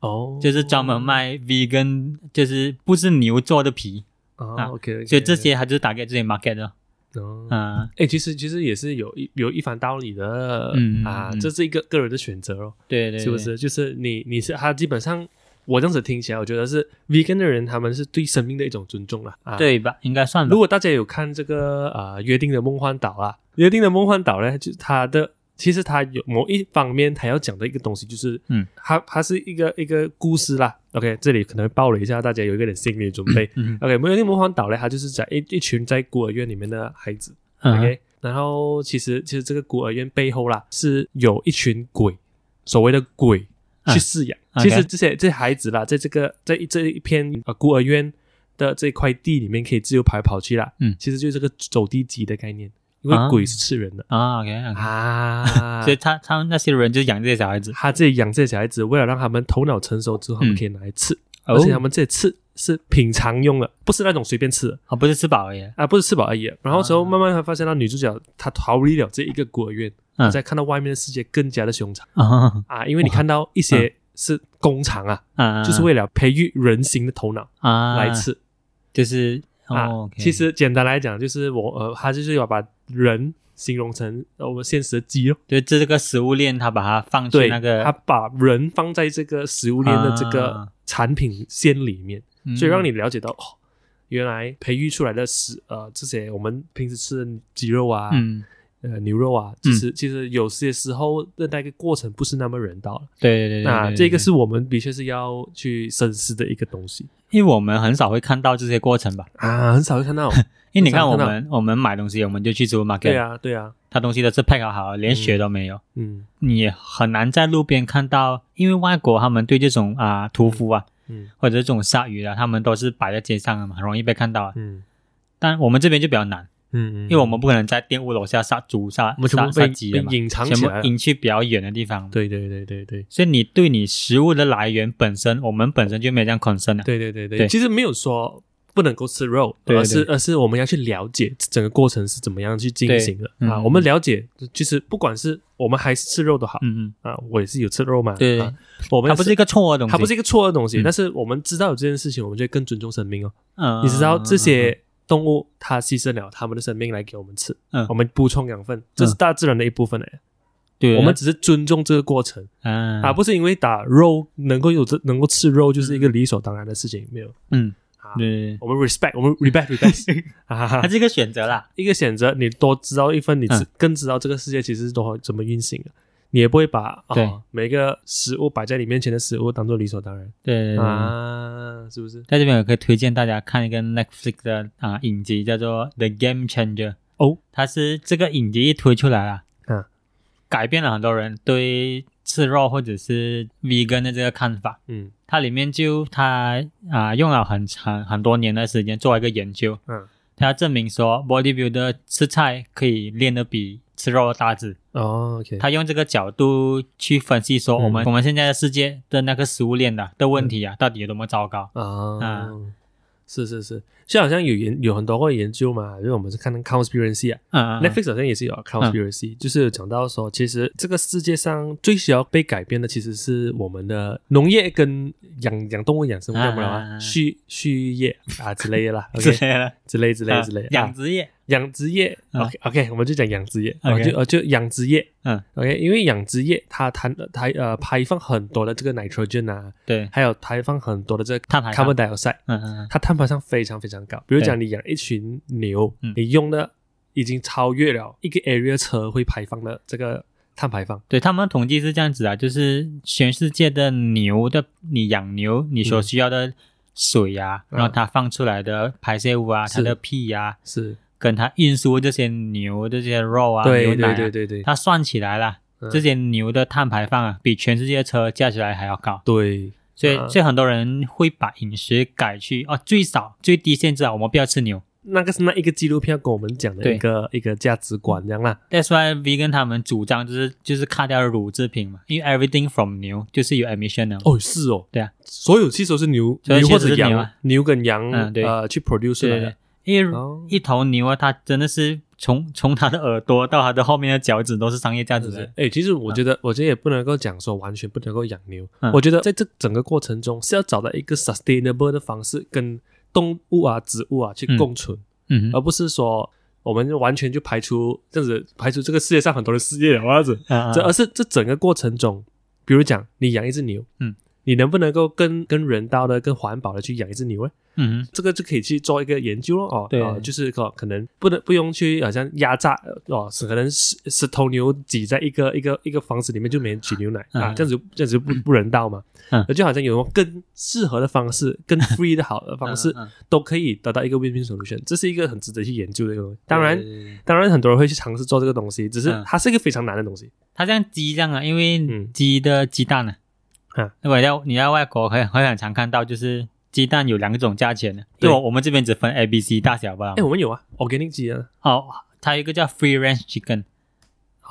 A: 哦，
B: 就是专门卖 vegan，就是不是牛做的皮，
A: 哦
B: 啊
A: OK，
B: 所以这些它就是打给自己 market 的。
A: 哦，
B: 嗯，
A: 哎，其实其实也是有一有一番道理的，
B: 嗯
A: 啊，
B: 嗯
A: 这是一个个人的选择哦。
B: 对对，对
A: 是不？是？就是你你是他基本上，我这样子听起来，我觉得是 vegan 的人，他们是对生命的一种尊重啦。啊，。
B: 对吧？应该算吧
A: 如。果大家有看这个啊、呃约定的梦幻岛》啊，《约定的梦幻岛》呢，就是它的其实它有某一方面，它要讲的一个东西就是，
B: 嗯，
A: 它它是一个一个故事啦。OK，这里可能爆了一下，大家有一个点心理准备。
B: 嗯
A: OK，《约定梦幻岛》呢，它就是讲一一群在孤儿院里面的孩子。
B: 嗯
A: OK，然后其实其实这个孤儿院背后啦，是有一群鬼，所谓的鬼
B: 嗯
A: 去饲养。其
B: OK
A: 实这些这些孩子啦，在这个在一这一片呃孤儿院的这块地里面，可以自由跑来跑去啦。
B: 嗯
A: 其实就是个走地鸡的概念，因为
B: 啊
A: 鬼是吃人的
B: 啊，OK，
A: 啊
B: 所以他他们那些人就养这些小孩子，
A: 他自己养这些小孩子，为了让他们头脑成熟之后，他们
B: 嗯
A: 可以拿来吃，
B: 哦
A: 而且他们这些吃是品尝用的，不是那种随便吃的。
B: 哦，不是吃饱而已。
A: 啊，不是吃饱而已。然后之后
B: 啊
A: 慢慢还发现到女主角她逃离了这一个孤儿院，
B: 嗯
A: 她在看到外面的世界更加的凶残
B: 啊
A: 啊，因为你看到一
B: 嗯
A: 些是工厂啊，
B: 啊，
A: 就是为了培育人形的头脑
B: 啊
A: 来，吃
B: 就是
A: 啊。
B: 哦，OK，
A: 其实简单来讲，就是我呃，她就是要把人形容成呃我们现实的鸡肉，
B: 就这个食物链，他把它放去
A: 对，
B: 那个
A: 她，把人放在这个食物链的这个
B: 啊
A: 产品线里面，
B: 嗯
A: 所以让你了解到哦。原来培育出来的食呃这些我们平时吃的鸡肉啊，
B: 嗯，
A: 呃牛肉啊，其实、其实有些时候的那个过程不是那么人道了。
B: 对对对对，
A: 那
B: 对
A: 这个
B: 对
A: 是我们的确是要去深思的一个东西
B: 因为我们很少会看到这些过程吧。
A: 啊，很少会看 到。
B: 因为你看
A: 很
B: 我
A: 常看到
B: 们我们买东西，我们就去 supermarket，
A: 对啊，对啊，
B: 它东西都是 pack 好好的，连血都没有，
A: 嗯
B: 你也很难在路边看到，因为外国他们对这种啊、屠夫啊
A: 嗯
B: 或者这种鲨鱼啊，他们都是摆在街上的嘛，很容易被看到啊。
A: 嗯
B: 但我们这边就比较难，
A: 嗯，
B: 因为我们不可能在店屋楼下杀猪杀
A: 我们全
B: 杀
A: 部
B: 杀
A: 被
B: 鸡
A: 被
B: 的嘛，
A: 隐藏
B: 全
A: 起
B: 部
A: 来了。
B: 引去比较远的地方。
A: 对对对对对
B: 所以你对你食物的来源本身，我们本身就没有这样 concern 啊了。
A: 对对对对，
B: 对
A: 其实没有说。不能够吃肉，
B: 对对
A: 而是而是我们要去了解整个过程是怎么样去进行的
B: 对
A: 啊。
B: 嗯
A: 我们了解，就是不管是我们还是吃肉都好
B: 嗯嗯，
A: 啊，我也是有吃肉嘛。
B: 对
A: 啊，我们
B: 它不是一个错的东西，
A: 它不是一个错的东西，
B: 嗯
A: 但是我们知道有这件事情，我们就会更尊重生命哦。
B: 嗯，
A: 你知道这些动物它牺牲了它们的生命来给我们吃，
B: 嗯
A: 我们补充养分，这是大自然的一部分哎。
B: 对，
A: 我们只是尊重这个过程啊，
B: 啊，
A: 不是因为打肉能够有这能够吃肉就是一个理所当然的事情，没有。
B: 嗯
A: 啊，
B: 对对，对
A: 我们 respect，我们 respect respect 啊
B: 它，是一个选择啦，
A: 一个选择，你多知道一分，你知
B: 嗯
A: 更知道这个世界其实是多怎么运行的，你也不会把
B: 对
A: 哦每个食物摆在你面前的食物当做理所当然
B: 对对对对。对
A: 啊，是不是？
B: 在这边我可以推荐大家看一个 Netflix 的啊、影集，叫做《The Game Changer》。
A: 哦，
B: 它是这个影集一推出来啊，
A: 嗯，
B: 改变了很多人对吃肉或者是 vegan 的这个看法。
A: 嗯
B: 它里面就它啊、用了很长很多年的时间做一个研究，
A: 嗯，
B: 它证明说 bodybuilder 吃菜可以练得比吃肉大只。
A: 哦，OK，
B: 他用这个角度去分析说，
A: 嗯
B: 我们、我们现在的世界的那个食物链的的问题啊，到底有多么糟糕？
A: 啊
B: 啊，
A: 是是是，就好像有研有很多会研究嘛，因为我们是看那个 conspiracy 啊
B: 嗯嗯嗯
A: ，Netflix 好像也是有 conspiracy，就是有讲到说，其实这个世界上最需要被改变的其实是我们的农业跟养养动物、养生物
B: 啊
A: 叫什么
B: 啊啊
A: 啊，
B: 啊
A: 畜畜业 啊之类的啦
B: 之
A: ，OK
B: 类 的。
A: 之类之类
B: 啊
A: 之类啊，
B: 养殖业，
A: 养殖业
B: 啊
A: ，OK OK，我们就讲养殖业，啊
B: OK
A: 就呃就养殖业
B: 嗯，
A: ，OK，因为养殖业它它它呃排放很多的这个 nitrogen 啊，
B: 对，
A: 还有排放很多的这个
B: 碳排放
A: carbon dioxide。
B: 嗯嗯
A: 它碳排放非常非常高。比如讲，你养一群牛
B: 嗯，
A: 你用的已经超越了一个 area 车会排放的这个碳排放。
B: 对他们统计是这样子啊，就是全世界的牛的，你养牛，你所需要的水呀、
A: 嗯
B: 然后它放出来的排泄物啊，
A: 是
B: 它的屁呀、
A: 是，
B: 跟它运输这些牛这些肉啊、
A: 对
B: 牛
A: 对
B: 奶、啊，
A: 对对对
B: 它算起来啦，
A: 嗯
B: 这些牛的碳排放啊，比全世界车加起来还要高。
A: 对，
B: 所以，
A: 嗯
B: 所以很多人会把饮食改去哦，最少最低限制啊，我们不要吃牛。
A: 那个是那一个纪录片跟我们讲的
B: 对嗯
A: 一个一个价值观，这样啦。
B: That's why vegan 他们主张就是就是卡掉乳制品嘛，因为 everything from 牛就是有 emission 的嘛。
A: 哦，是哦，
B: 对啊，
A: 所有其实都是牛
B: 所有
A: 牛
B: 其
A: 或
B: 实
A: 者
B: 是牛
A: 羊
B: 啊，
A: 牛跟羊
B: 嗯对
A: 呃去 produce 出来
B: 对
A: 的
B: 对，因为
A: 哦
B: 一头牛啊，它真的是从 从它的耳朵到它的后面的脚趾都是商业价值的。
A: 哎、其实我觉得，我觉得也不能够讲说完全不能够养牛。
B: 啊嗯
A: 我觉得在这整个过程中是要找到一个 sustainable 的方式，跟动物啊、植物啊去
B: 嗯
A: 共存，
B: 嗯
A: 而不是说我们完全就排除这样子，排除这个世界上很多的事业了这样子。
B: 哼，
A: 这嗯
B: 这
A: 而是这整个过程中，比如讲你养一只牛，
B: 嗯，
A: 你能不能够跟跟人道的、跟环保的去养一只牛呢？
B: 嗯哼
A: 这个就可以去做一个研究咯哦，
B: 对
A: 呃就是可可能不能不用去好像压榨呃哦，是可能十十头牛挤在一个一个一个房子里面就每人挤牛奶、
B: 嗯
A: 啊，这样子这样子就不不人道嘛，
B: 嗯
A: 而就好像有更适合的方式、更 free 的好的方式，
B: 嗯嗯
A: 都可以得到一个 win-win solution，这是一个很值得去研究的一个东西。当然
B: 对，对对
A: 当然很多人会去尝试做这个东西，只是
B: 嗯
A: 它是一个非常难的东西。
B: 它像鸡这样啊，因为
A: 嗯
B: 鸡的鸡蛋呢、
A: 嗯
B: 啊，如果在你在外国会会很常看到，就是鸡蛋有两种价钱的，啊
A: 对
B: 因为我我们这边只分 A、B、C 大小吧
A: 哎，。我们有啊，organic 鸡啊，
B: 哦，它有一个叫 free range chicken，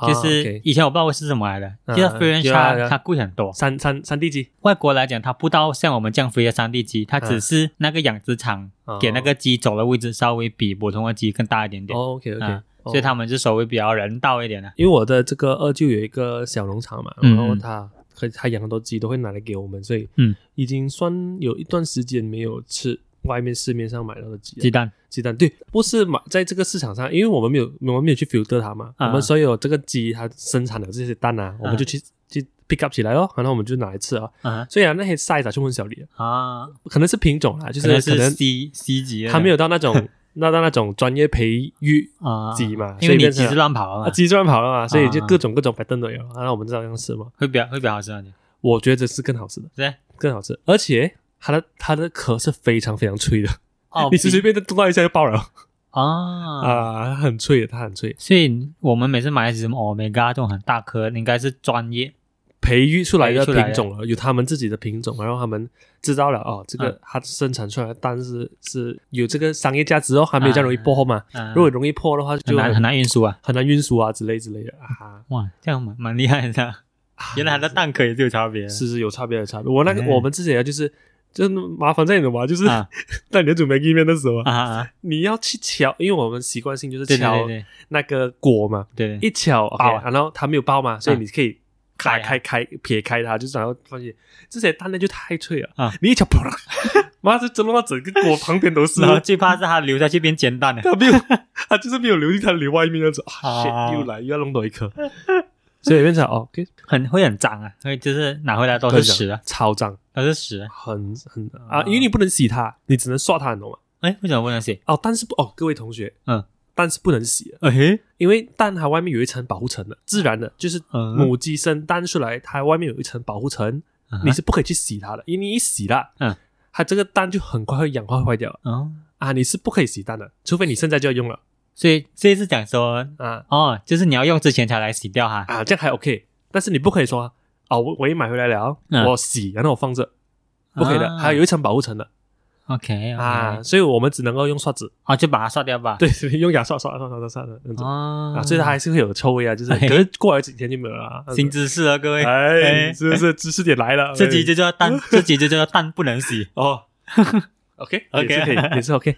B: 就
A: 啊
B: 是
A: ，OK
B: 以前我不知道是什么来的，
A: 嗯
B: 就是 free
A: 有
B: range
A: 啊有啊
B: 它它贵很多，
A: 三三三地鸡，
B: 外国来讲，它不到像我们这样飞的山地鸡，它
A: 啊
B: 只是那个养殖场
A: 哦
B: 给那个鸡走的位置稍微比普通的鸡更大一点点，
A: 哦，OK
B: 啊
A: OK，
B: 所以他们就稍微比较人道一点的。
A: 因为我的这个二舅有一个小农场嘛，
B: 嗯
A: 然后他和他养很多鸡都会拿来给我们，所以
B: 嗯，
A: 已经算有一段时间没有吃外面市面上买到的鸡
B: 鸡
A: 了
B: 蛋，
A: 鸡蛋。对，不是买在这个市场上，因为我们没有我们没有去 filter 它嘛，
B: 啊
A: 我们所有这个鸡它生产的这些蛋啊，我们就去去 pick up 起来咯，然后我们就拿来吃啊。
B: 啊
A: 所以啊，那些 size 啊，就很小粒，
B: 啊，
A: 可能是品种啦，就
B: 就是是
A: 可能
B: C C 级的，
A: 还没有到那种那到那种专业培育
B: 啊
A: 鸡嘛，所
B: 因为
A: 以
B: 你
A: 变
B: 鸡
A: 成
B: 是乱跑啊
A: 啊，
B: 嘛，
A: 鸡转跑了嘛，所以就
B: 啊
A: 各种各种摆凳都有，啊然后我们知道这样吃嘛，
B: 会比较会比较好吃啊一点，
A: 我觉得这是更好吃的，
B: 是 吧
A: 更好吃，而且它的它的壳是非常非常脆的，
B: 哦，
A: 你随随
B: 比
A: 便动到一下就爆了
B: 啊。
A: 啊，它很脆的，它很脆，
B: 所以我们每次买的是什么 omega 这种很大颗，应该是专业
A: 培育出来
B: 培
A: 的
B: 育出来
A: 品种了，有他们自己的品种，然后他们知道了哦，这个
B: 嗯
A: 它生产出来的蛋是是有这个商业价值哦，还没有这样容易破嘛，
B: 啊，
A: 如果容易破的话
B: 很
A: 就
B: 难很难运输啊。
A: 很难运输啊之类之类的啊。
B: 哇，这样蛮蛮厉害的啊，原来它的蛋壳也是有差别的。
A: 是是有差别有差别，我那个、
B: 哎
A: 我们之前就是就是麻烦在你的嘛，就是、
B: 啊
A: 在你在准备意面的时候，
B: 啊啊！ 啊
A: 你要去敲，因为我们习惯性就是
B: 对对
A: 敲
B: 对
A: 那个锅嘛，
B: 对对
A: 一敲爆
B: OK
A: 然后它没有爆嘛，所以你可以打
B: 开啊
A: 开开撇开它，就是然后放进这些蛋呢就太脆了
B: 啊
A: 你一敲砰， 妈就整到整个锅旁边都 是
B: 然，后最怕是它流下去变煎蛋了。
A: 他没有，他就是没有流进他流外面那样子啊
B: 啊
A: shit，又来又要弄多一颗，所以变成哦，给
B: 很会很脏啊，所以就是拿回来都是屎啊，
A: 超脏，
B: 都是屎啊。
A: 很很啊，因为你不能洗它，你只能刷它，你懂吗？
B: 哎，为什么不能洗？
A: 哦，但是不哦，各位同学，
B: 嗯，
A: 蛋是不能洗啊的，
B: 哎嘿，
A: 因为蛋它外面有一层保护层的，自然的，就是
B: 嗯
A: 母鸡生蛋出来，它外面有一层保护层，
B: 啊哈
A: 你是不可以去洗它的，因为你一洗了，
B: 嗯，
A: 它这个蛋就很快会氧化坏掉了
B: 哦，
A: 啊，你是不可以洗蛋的，除非你现在就要用了
B: 所以所以是讲说，
A: 啊
B: 哦，就是你要用之前才来洗掉哈。
A: 啊，这样还 OK，但是你不可以说啊，我我也买回来了，
B: 嗯
A: 我洗，然后我放着。不可以的，
B: 啊
A: 还有一层保护层的
B: OK
A: 啊，
B: 啊，
A: 所以我们只能够用刷子，
B: 哦，就把它刷掉吧。
A: 对，用牙刷刷刷刷刷刷的那种
B: 哦
A: 啊，所以它还是会有臭味啊，就是
B: 哎
A: 可是过了几天就没有了啊。
B: 新知识啊，各位，
A: 哎，是不是知识点来了？ 哎
B: 这集就叫蛋，这集就叫蛋不能洗。
A: 哦，OK
B: OK
A: 也是可 以，也是 OK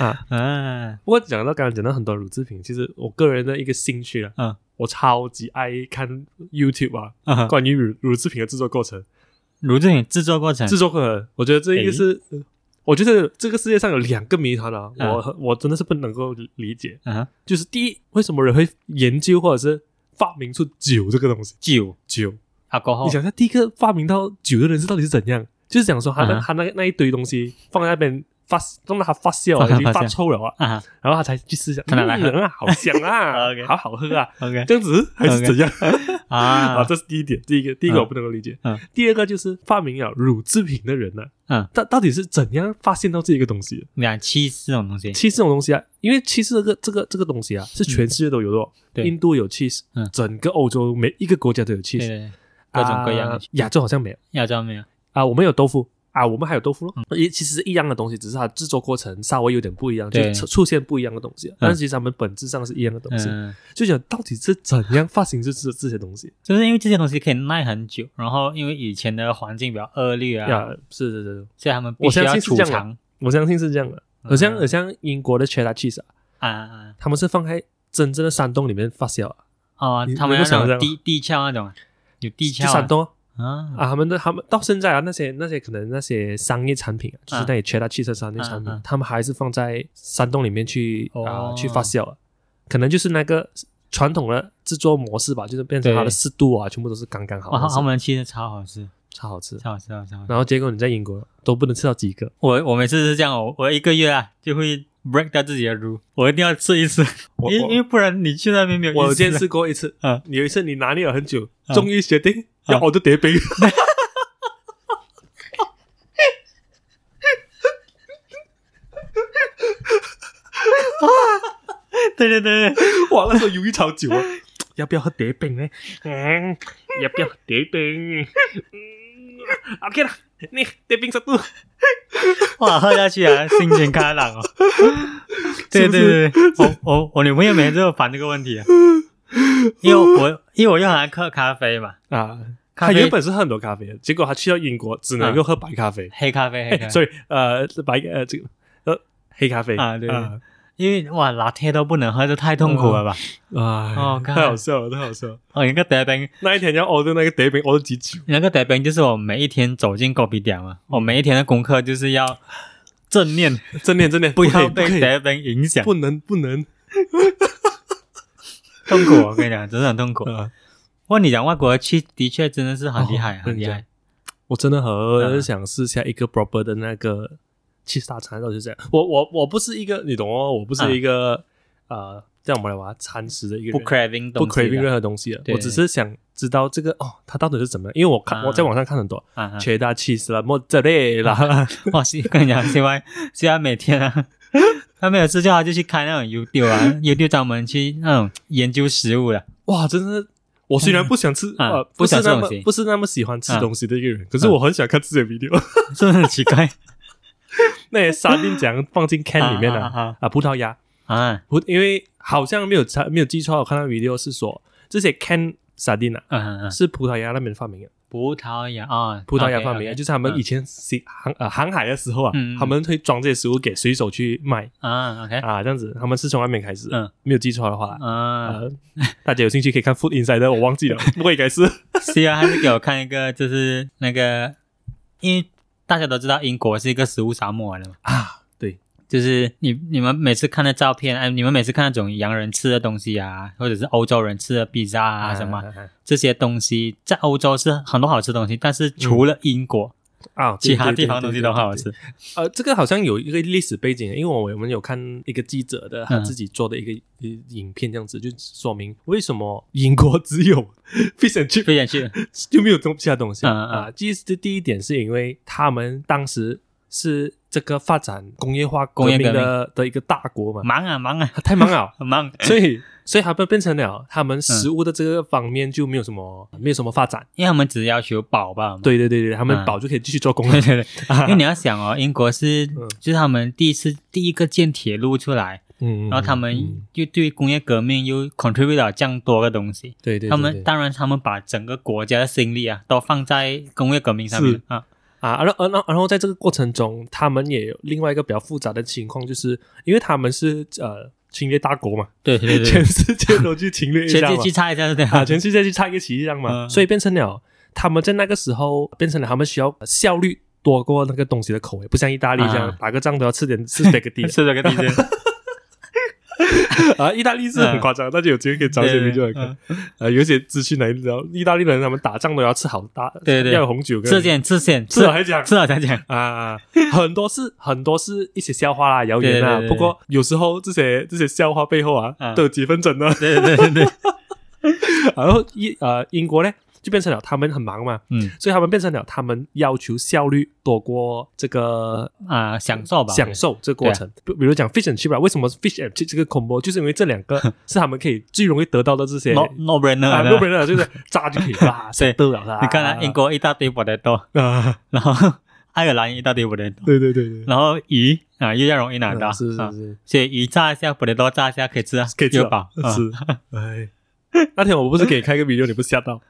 A: 啊。
B: 嗯
A: 不过讲到刚刚讲到很多乳制品，其实我个人的一个兴趣啊，
B: 嗯
A: 我超级爱看 YouTube 啊，
B: 嗯，
A: 关于乳乳制品的制作过程，
B: 乳制品制作过程
A: 制作过程，我觉得这一个
B: 哎
A: 是。我觉得这个世界上有两个谜团啊，
B: 嗯
A: 我我真的是不能够理解。
B: 啊，
A: 就是第一，为什么人会研究或者是发明出酒这个东西？
B: 酒
A: 酒，
B: 啊，过后
A: 你想一下，第一个发明到酒的人是到底是怎样？就是讲说他那、
B: 啊
A: 他那那一堆东西放在那边发，弄到它发酵
B: 发
A: 了，
B: 酵
A: 已经
B: 发
A: 发
B: 酵
A: 臭了啊，
B: 啊
A: 然后他才去试一下，
B: 拿来
A: 嗯啊，好香 啊
B: OK，
A: 好好喝啊，
B: ，OK
A: 这样子还是
B: OK
A: 怎样
B: 啊
A: 啊？，这是第一点，第一个第一个
B: 嗯
A: 我不能够理解。
B: 嗯
A: 第二个就是发明了乳制品的人呢、啊
B: 嗯，
A: 到到底是怎样发现到这一个东西的？
B: 你讲 cheese 这种东西，
A: cheese 这种东西啊，因为 cheese 这个这个这个东西啊，是全世界都有的、哦
B: 嗯对
A: 印度有 cheese，、
B: 嗯
A: 整个欧洲每一个国家都有
B: 对
A: cheese，
B: 对，对各种各样的
A: 啊，亚洲好像没有
B: 亚洲没有
A: 啊，我们有豆腐啊，我们还有豆腐咯，
B: 嗯
A: 也、其实是一样的东西，只是它制作过程稍微有点不一样，就
B: 对
A: 出出现不一样的东西，但是其实它们本质上是一样的东西。
B: 嗯，
A: 就讲到底是怎样发行这这这些东西
B: 就是因为这些东西可以耐很久，然后因为以前的环境比较恶劣
A: 呀、
B: 啊，
A: 是是是，
B: 所以他们必
A: 我
B: 须
A: 相
B: 要
A: 信是
B: 储
A: 这样的
B: 藏
A: 我相信是这样的。好像
B: 嗯
A: 好像英国的 cheddar cheese 啊，
B: 啊啊
A: 他们是放在真正的山洞里面发酵啊，
B: 啊哦
A: 你，
B: 他们要
A: 你不想
B: 那
A: 这样
B: 种
A: 吗
B: 地地壳那种啊，有地壳
A: 就山洞啊。
B: 啊，
A: 啊，他们的他们到现在啊，那些那些可能那些商业产品啊，就是那些 cheddar cheese 的商业产品，
B: 嗯嗯
A: 他们还是放在山洞里面去啊、
B: 哦
A: 去发酵啊，可能就是那个传统的制作模式吧，就是变成它的
B: 对
A: 湿度啊，全部都是刚刚好，
B: 哇，他
A: 好
B: 们其实超哦好吃，
A: 超好吃。
B: 超好吃，超好吃超好吃。
A: 然后结果你在英国都不能吃到几个，
B: 我我每次是这样，我我一个月啊就会 break 掉自己的 rule，我一定要吃一次，
A: 我
B: 因因为不然你去那边没有
A: 我
B: 意
A: 有
B: 思
A: 见
B: 了。
A: 识过一次，
B: 嗯
A: 有一次你拿捏了很久，
B: 嗯
A: 终于决定
B: 嗯
A: 要 order 叠冰，
B: 对对对对，
A: 哇，那时候犹豫超久啊， 要不要喝叠冰呢？嗯，要不要喝叠冰？嗯，OK 了，你叠冰十度。
B: 哇，喝下去啊，心情开朗哦。
A: 是
B: 对
A: 不
B: 对
A: 是
B: 对，对我我我女朋友每天都有烦这个问 题啊，因为我因为我又很爱喝咖啡嘛，
A: 啊，
B: 咖
A: 他
B: 啡
A: 原本是喝很多咖啡的，结果他去到英国只能够喝白咖啡，
B: 黑咖啡黑咖
A: 哎，
B: 啡，
A: 所以呃，是白呃这个呃黑咖啡
B: 啊对因为哇拿铁都不能喝，这太痛苦了吧？
A: 啊
B: 哦，
A: 太
B: 看
A: 好笑了，太好笑了。
B: 哦，那个德冰，
A: 那一天要 order 那个德饼 order 几久？
B: 那个德冰就是我每一天走进狗皮点嘛，我每一天的功课就是要正念，
A: 正念正念，
B: 不
A: 可以
B: 要
A: 不可
B: 被
A: 以，
B: 德冰影响，
A: 不能不能
B: 痛苦。我跟你讲，真的很痛苦。
A: 啊！
B: 不过你讲外国去的确真的是很厉害，
A: 哦
B: 很厉害。
A: 我真的很
B: 啊
A: 想试下一个 proper 的那个 cheese 大餐，就是这样。我我我不是一个，你懂哦，我不
B: 啊
A: 是一个呃，这样我们来玩餐食的一个
B: 嗯不
A: 人。
B: craving
A: 不
B: 东西
A: craving 任
B: 的
A: 何东西了，
B: 对
A: 我只是想知道这个哦，它到底是怎么样？因为我看、
B: 啊
A: 我在网上看很多
B: 啊 啊！
A: 切大 cheese 啦、莫扎雷啦，
B: 哇，是跟你讲，现在现在每天啊， 他没有事就他就去看那种 YouTube 啊，YouTube 专门去那种研究食物的，
A: 哇，真的是！我虽然不想吃，
B: 啊
A: 呃，
B: 不
A: 不是
B: 想吃
A: 那么
B: 东西
A: 不是那么喜欢吃
B: 啊
A: 东西的一个人，可是我很想看这些 video。
B: 真的很奇怪
A: 那些沙丁酱放进 can 里面
B: 啊啊
A: 啊，啊，葡萄牙，
B: 啊
A: 葡，因为好像没有查没有记错，我看到 video 是说这些 can 沙丁啊
B: 啊啊！
A: 是葡萄牙那边发明的，
B: 葡萄牙啊，
A: 葡萄牙
B: OK，
A: 发明的，
B: OK，嗯
A: 就是他们以前行航呃航海的时候啊
B: 嗯嗯，
A: 他们会装这些食物给水手去卖。
B: 啊 OK
A: 啊，这样子，他们是从外面开始，
B: 嗯，
A: 没有记错的话，
B: 啊，
A: 呃，大家有兴趣可以看《Food Insider》，我忘 记了，不过应该是
B: 是啊，还是给我看一个，就是那个，因为大家都知道英国是一个食物沙漠来的嘛，
A: 啊，对，
B: 就是你你们每次看的照片，哎，你们每次看那种洋人吃的东西啊，或者是欧洲人吃的披萨啊什
A: 哎
B: 么、这些东西，在欧洲是很多好吃的东西，但是除了英国，
A: 啊，
B: 其他地方东西都很好
A: 吃。对对对对对
B: 吃。
A: 呃，这个好像有一个历史背景，因为我我们有看一个记者的他
B: 嗯
A: 自己做的一个、一影片，这样子就说明为什么英国 只有 fish and chip
B: 飞远去，
A: 就没有东其他东西
B: 嗯嗯嗯
A: 啊。其实这第一点是因为他们当时是这个发展工业化
B: 工业革
A: 革
B: 命
A: 命的的一个大国嘛，
B: 忙啊忙啊，
A: 太忙了
B: 忙，
A: 所以所以他们变成了他
B: 嗯
A: 们食物的这个方面就没有什么、没有什么发展。
B: 因为他们只要求饱吧。
A: 对对对对，他
B: 嗯
A: 们饱就可以继续做工了
B: 对。对 对， 因为你要想哦，英国是
A: 嗯
B: 就是他们第一次第一个建铁路出来，
A: 嗯，嗯
B: 然后他
A: 嗯
B: 们又对工业革命又 contribute 了这样多个东西。
A: 对对对
B: 他们
A: 对
B: 当然，他们把整个国家的心力啊，都放在工业革命上面
A: 是
B: 啊。
A: 啊，然后然后然后在这个过程中，他们也有另外一个比较复杂的情况，就是因为他们是呃侵略大国嘛，
B: 对对 对
A: 全
B: 对，
A: 世界都去侵略一
B: 全
A: 下
B: 世
A: 嘛
B: 界，差一下是这
A: 啊，
B: 样。
A: 全世界去插一个旗这样嘛，
B: 嗯
A: 所以变成了他们在那个时候变成了他们需要效率多过那个东西的口味，不像意大利这样、
B: 啊
A: 打个仗都要吃点吃 spaghetti
B: 是这个地方，
A: 啊，意大利是很夸张，大家有机会可以找一些
B: 对
A: video 来
B: 嗯对
A: 看
B: 嗯，
A: 啊，有一些资讯来聊，意大利人他们打仗都要吃好大，
B: 对对
A: 要有红酒跟
B: 这件这 件
A: 至少还讲
B: 至少 再讲，
A: 啊，很多是很多是一些笑话啦、谣言啦
B: 对对对对。
A: 不过有时候这些这些笑话背后啊，
B: 啊
A: 都有几分准的。
B: 对对对对对，
A: 然后英呃英国呢，就变成了他们很忙嘛，
B: 嗯
A: 所以他们变成了他们要求效率多过这个
B: 啊，享受吧，
A: 享受这个过程。比比如讲 fish and chip 啊，为什么 fish and chip 这个 combo，就是因为这两个是他们可以最容易得到的这些
B: no no brainer
A: 啊，
B: 的
A: 路边的就是炸就可以啦，
B: 对
A: 得了啦。
B: 你看啊，英国一大堆 potato，
A: 啊，
B: 然后 爱尔兰一大堆 potato，
A: 对对对对，
B: 然后鱼啊又要容易拿到，
A: 嗯是是
B: 啊
A: 是。
B: 所以鱼炸一下，potato 炸一下可以吃啊，
A: 可以吃
B: 又
A: 了
B: 饱啊
A: 吃。哎，那天我不是给你开个 video，你不吓到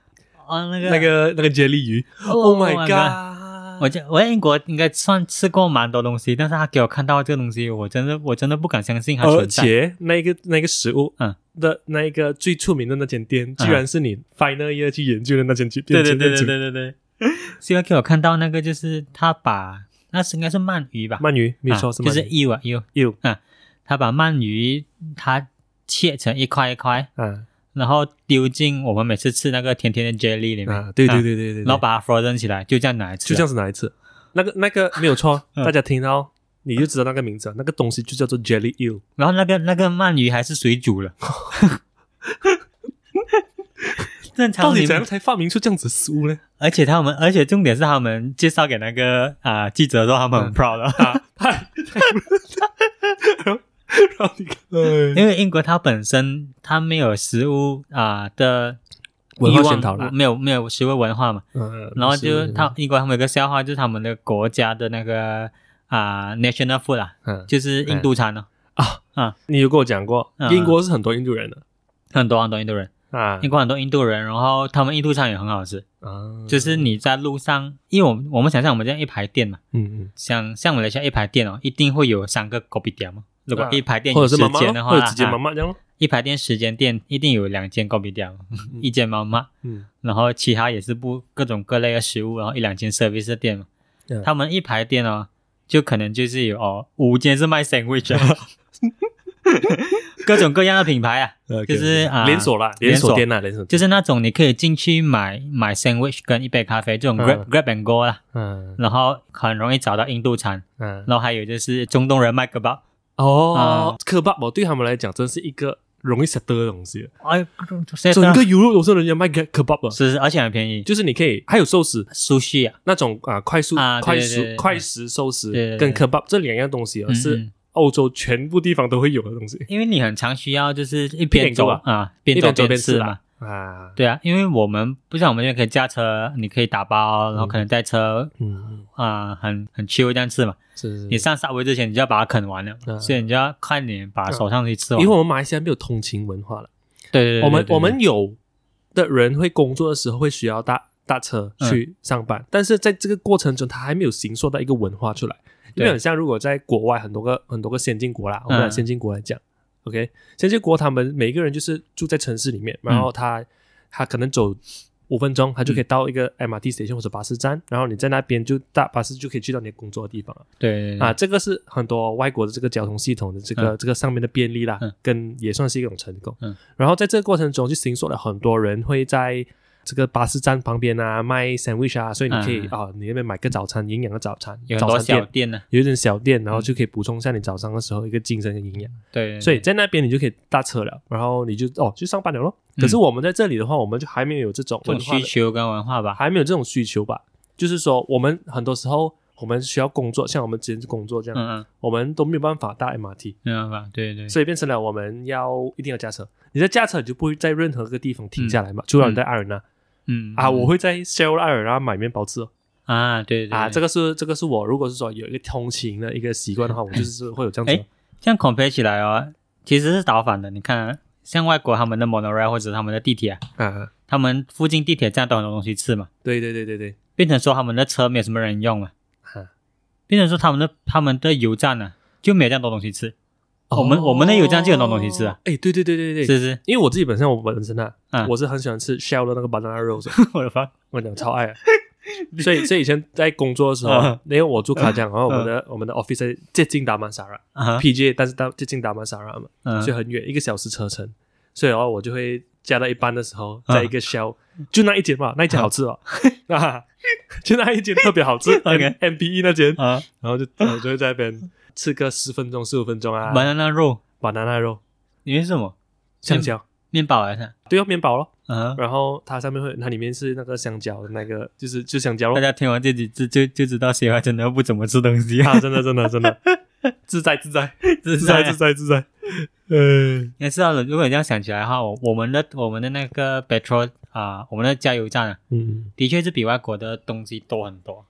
B: 啊那 个
A: 那个那个杰利鱼？Oh my god！
B: 我在我在英国应该算吃过蛮多东西，但是他给我看到这个东西，我真的我真的不敢相信它
A: 而
B: 存在。
A: 且那个那个食物
B: 嗯
A: 的那一个最出名的那间店，居然是你 final year 去研究的那间店。
B: 对对对对
A: 店
B: 对对对，是要给我看到那个就是他把那是应该是鳗鱼吧，
A: 鳗鱼没错，
B: 啊
A: 是
B: 就
A: 鳗
B: 是
A: 鱼
B: eel 啊 eel，
A: eel
B: 啊，他把鳗鱼他切成一块一块，
A: 啊
B: 然后丢进我们每次吃那个甜甜的 jelly 里面，
A: 啊！对对
B: 啊，
A: 对对对，
B: 然后把它 frozen 起来，就这样拿来吃，
A: 就这样子拿一次，那个那个没有 错，
B: 嗯
A: 大家听到你就知道那个名字，那个东西就叫做 jelly eel。
B: 然后那个那个鳗鱼还是水煮 了。正常
A: 到底
B: 你
A: 怎样才发明出这样子的食物呢？
B: 而且他们，而且重点是他们介绍给那个啊、记者说他们很
A: 嗯
B: proud 的，
A: 啊，太太，然后然后你看，哎
B: 因为英国它本身它没有食物啊、的
A: 文化
B: 欲望
A: 熏陶啦
B: 没有没有食物文化嘛，
A: 呃
B: 然后就是他英国他们有个笑话，就是他们的国家的那个啊、national food 啊，
A: 嗯，
B: 就是印度餐哦，
A: 啊
B: 啊
A: 你有跟我讲过，
B: 嗯
A: 英国是很多印度人的
B: 很多很多印度人，
A: 啊
B: 英国很多印度人，然后他们印度餐也很好吃，
A: 啊，
B: 就是你在路上，因为我们我们想象我们这样一排店嘛，
A: 嗯
B: 像像马来西亚一排店哦，一定会有三个 kopi 店嘛。如果
A: 啊
B: 一排
A: 嗯，
B: 店
A: 或
B: 有
A: 者是
B: 时
A: 妈妈
B: 间的
A: 咯，
B: 话
A: 或
B: 啦，
A: 者直接
B: 啊
A: 妈妈这样咯，
B: 一排店十间店一定有两间 kopi 店，
A: 嗯
B: 一间妈妈，
A: 嗯
B: 然后其他也是不各种各类的食物，然后一两间 service 的店嘛。
A: 嗯
B: 他们一排店哦，就可能就是有哦五间是卖 sandwich，的 各种各样的品牌啊，
A: OK，
B: 就是啊
A: 连锁啦，
B: 连
A: 连
B: 锁
A: 锁店啊啦，连锁，
B: 就是那种你可以进去买买 sandwich 跟一杯咖啡这种 grab、
A: 嗯
B: grab and go 啦，
A: 嗯
B: 然后很容易找到印度餐，
A: 嗯，
B: 然后还有就是中东人卖 kebab，啊
A: 哦，科巴我对他们来讲真是一个容易舍得的东西，
B: 哎，现
A: 整
B: 在
A: 个 Europe 都是人家卖给科巴了，
B: 是是而且很便宜，就
A: 就是你可以还有寿司。
B: sushi 啊，
A: 那种啊，快速、
B: 啊对
A: 快
B: 对
A: 速
B: 对对、
A: 快食寿司
B: 对对对
A: 跟科巴这两样东西啊，
B: 嗯
A: 是
B: 嗯
A: 欧洲全部地方都会有的东西。
B: 因为你很常需要就是一边
A: 边
B: 走
A: 走
B: 啊
A: 啊
B: 边
A: 一
B: 走
A: 边走边
B: 吃
A: 吃
B: 嘛
A: 啦。啊，
B: 对啊，因为我们不像我们这边可以驾车，你可以打包，然后可能在车
A: 嗯，
B: 啊、很很 chill 这样吃嘛。
A: 是是
B: 你上沙威之前，你就要把它啃完了，
A: 嗯
B: 所以你就要快点把手上的吃完。
A: 因为我们马来西亚没有通勤文化了，
B: 对对对对
A: 我们
B: 对对
A: 我们有的人会工作的时候会需要搭搭车
B: 嗯
A: 去上班，但是在这个过程中，他还没有形塑到一个文化出来。因
B: 对
A: 为很像，如果在国外很多个很多个先进国啦，我们
B: 嗯
A: 拿先进国来讲、o
B: 嗯
A: k 先进国他们每一个人就是住在城市里面，然后他、他可能走五分钟，它就可以到一个 MRT station 或者巴士站，然后你在那边就搭巴士就可以去到你的工作的地方了。
B: 对
A: 啊，，这个是很多外国的这个交通系统的这个、这个上面的便利啦，
B: 嗯
A: 跟也算是一种成功。
B: 嗯
A: 然后在这个过程中，就行塑了很多人会在这个巴士站旁边啊卖 sandwich 啊，所以你可以
B: 嗯
A: 啊、你那边买个早餐，营养的早餐，
B: 有很
A: 早
B: 多
A: 餐
B: 小嗯
A: 店。
B: 店呢，
A: 有一点小店，然后就可以补充一下你早上的时候一个精神跟营养，
B: 对，
A: 所以在那边你就可以搭车了，然后你就哦去上班了咯。
B: 嗯
A: 可是我们在这里的话，我们就还没有这种
B: 这
A: 文
B: 种
A: 化的
B: 需求跟文化吧，
A: 还没有这种需求吧。就是说，我们很多时候我们需要工作，像我们之前是工作这样，
B: 嗯嗯，
A: 我们都没有办法搭 MRT，
B: 没有办法，对对，
A: 所以变成了我们要一定要驾车。你在驾车，你就不会在任何一个地方停下来嘛，除了你在阿尔那、
B: 嗯
A: 啊，我
B: 会
A: 会在 Shell 阿尔那买面包吃哦。
B: 啊，对对
A: 啊，这
B: 个
A: 个是这个是我如果是说有一个通勤的一个习惯的话，
B: 嗯
A: 我就是会有这样子哦。
B: 哎这样 compare 起来哦，其实是倒反的，你看啊。像外国他们的 monorail 或者他们的地铁啊，
A: 啊，
B: 他们附近地铁站都有很多东西吃嘛，
A: 对对对对对，
B: 变成说他们的车没有什么人用啊，
A: 啊
B: 变成说他们的他们的油站呢、就没有这样多东西吃，哦我们我们的有这样就有那种东西吃啊。
A: 哎，对对对对对
B: 是不是？
A: 因为我自己本身我本身啊，
B: 嗯
A: 我是很喜欢吃 Shell 的那个 banana rolls，的
B: 我的妈！
A: 我讲超爱啊。所以，所以以前在工作的时候
B: 嗯，
A: 因为我住卡江，然后我们的我们的 office 在接近达曼萨拉
B: 啊，
A: PJ，但是到接近达曼萨拉嘛，
B: 嗯
A: 所以很远，一个小时车程。所以然后我就会加到一半的时候，
B: 嗯
A: 在一个 Shell，就那一间嘛，那一间好吃 哦，啊，就那一间特别好吃
B: OK
A: ，M P E 那间，
B: 啊
A: 然后就我就会在那边吃个十分钟、十五分钟啊，
B: ，banana roll
A: 把拿那肉、
B: 里面是什么？
A: 香蕉，
B: 面包还是？
A: 对哦，面包咯。
B: 啊，
A: 然后它上面会，它里面是那个香蕉的那个，就是就香蕉
B: 大
A: 咯。
B: 家听完这集就就就知道协华真的不怎么吃东西 啊，
A: 啊，真的真的真的，自在自在
B: 自啊
A: 自在自在自在。 呃，
B: 也是啊，如果你这样想起来的话，我我们的我们的那个 petrol 啊，我们的加油站啊，
A: 嗯
B: 的确是比外国的东西多很多。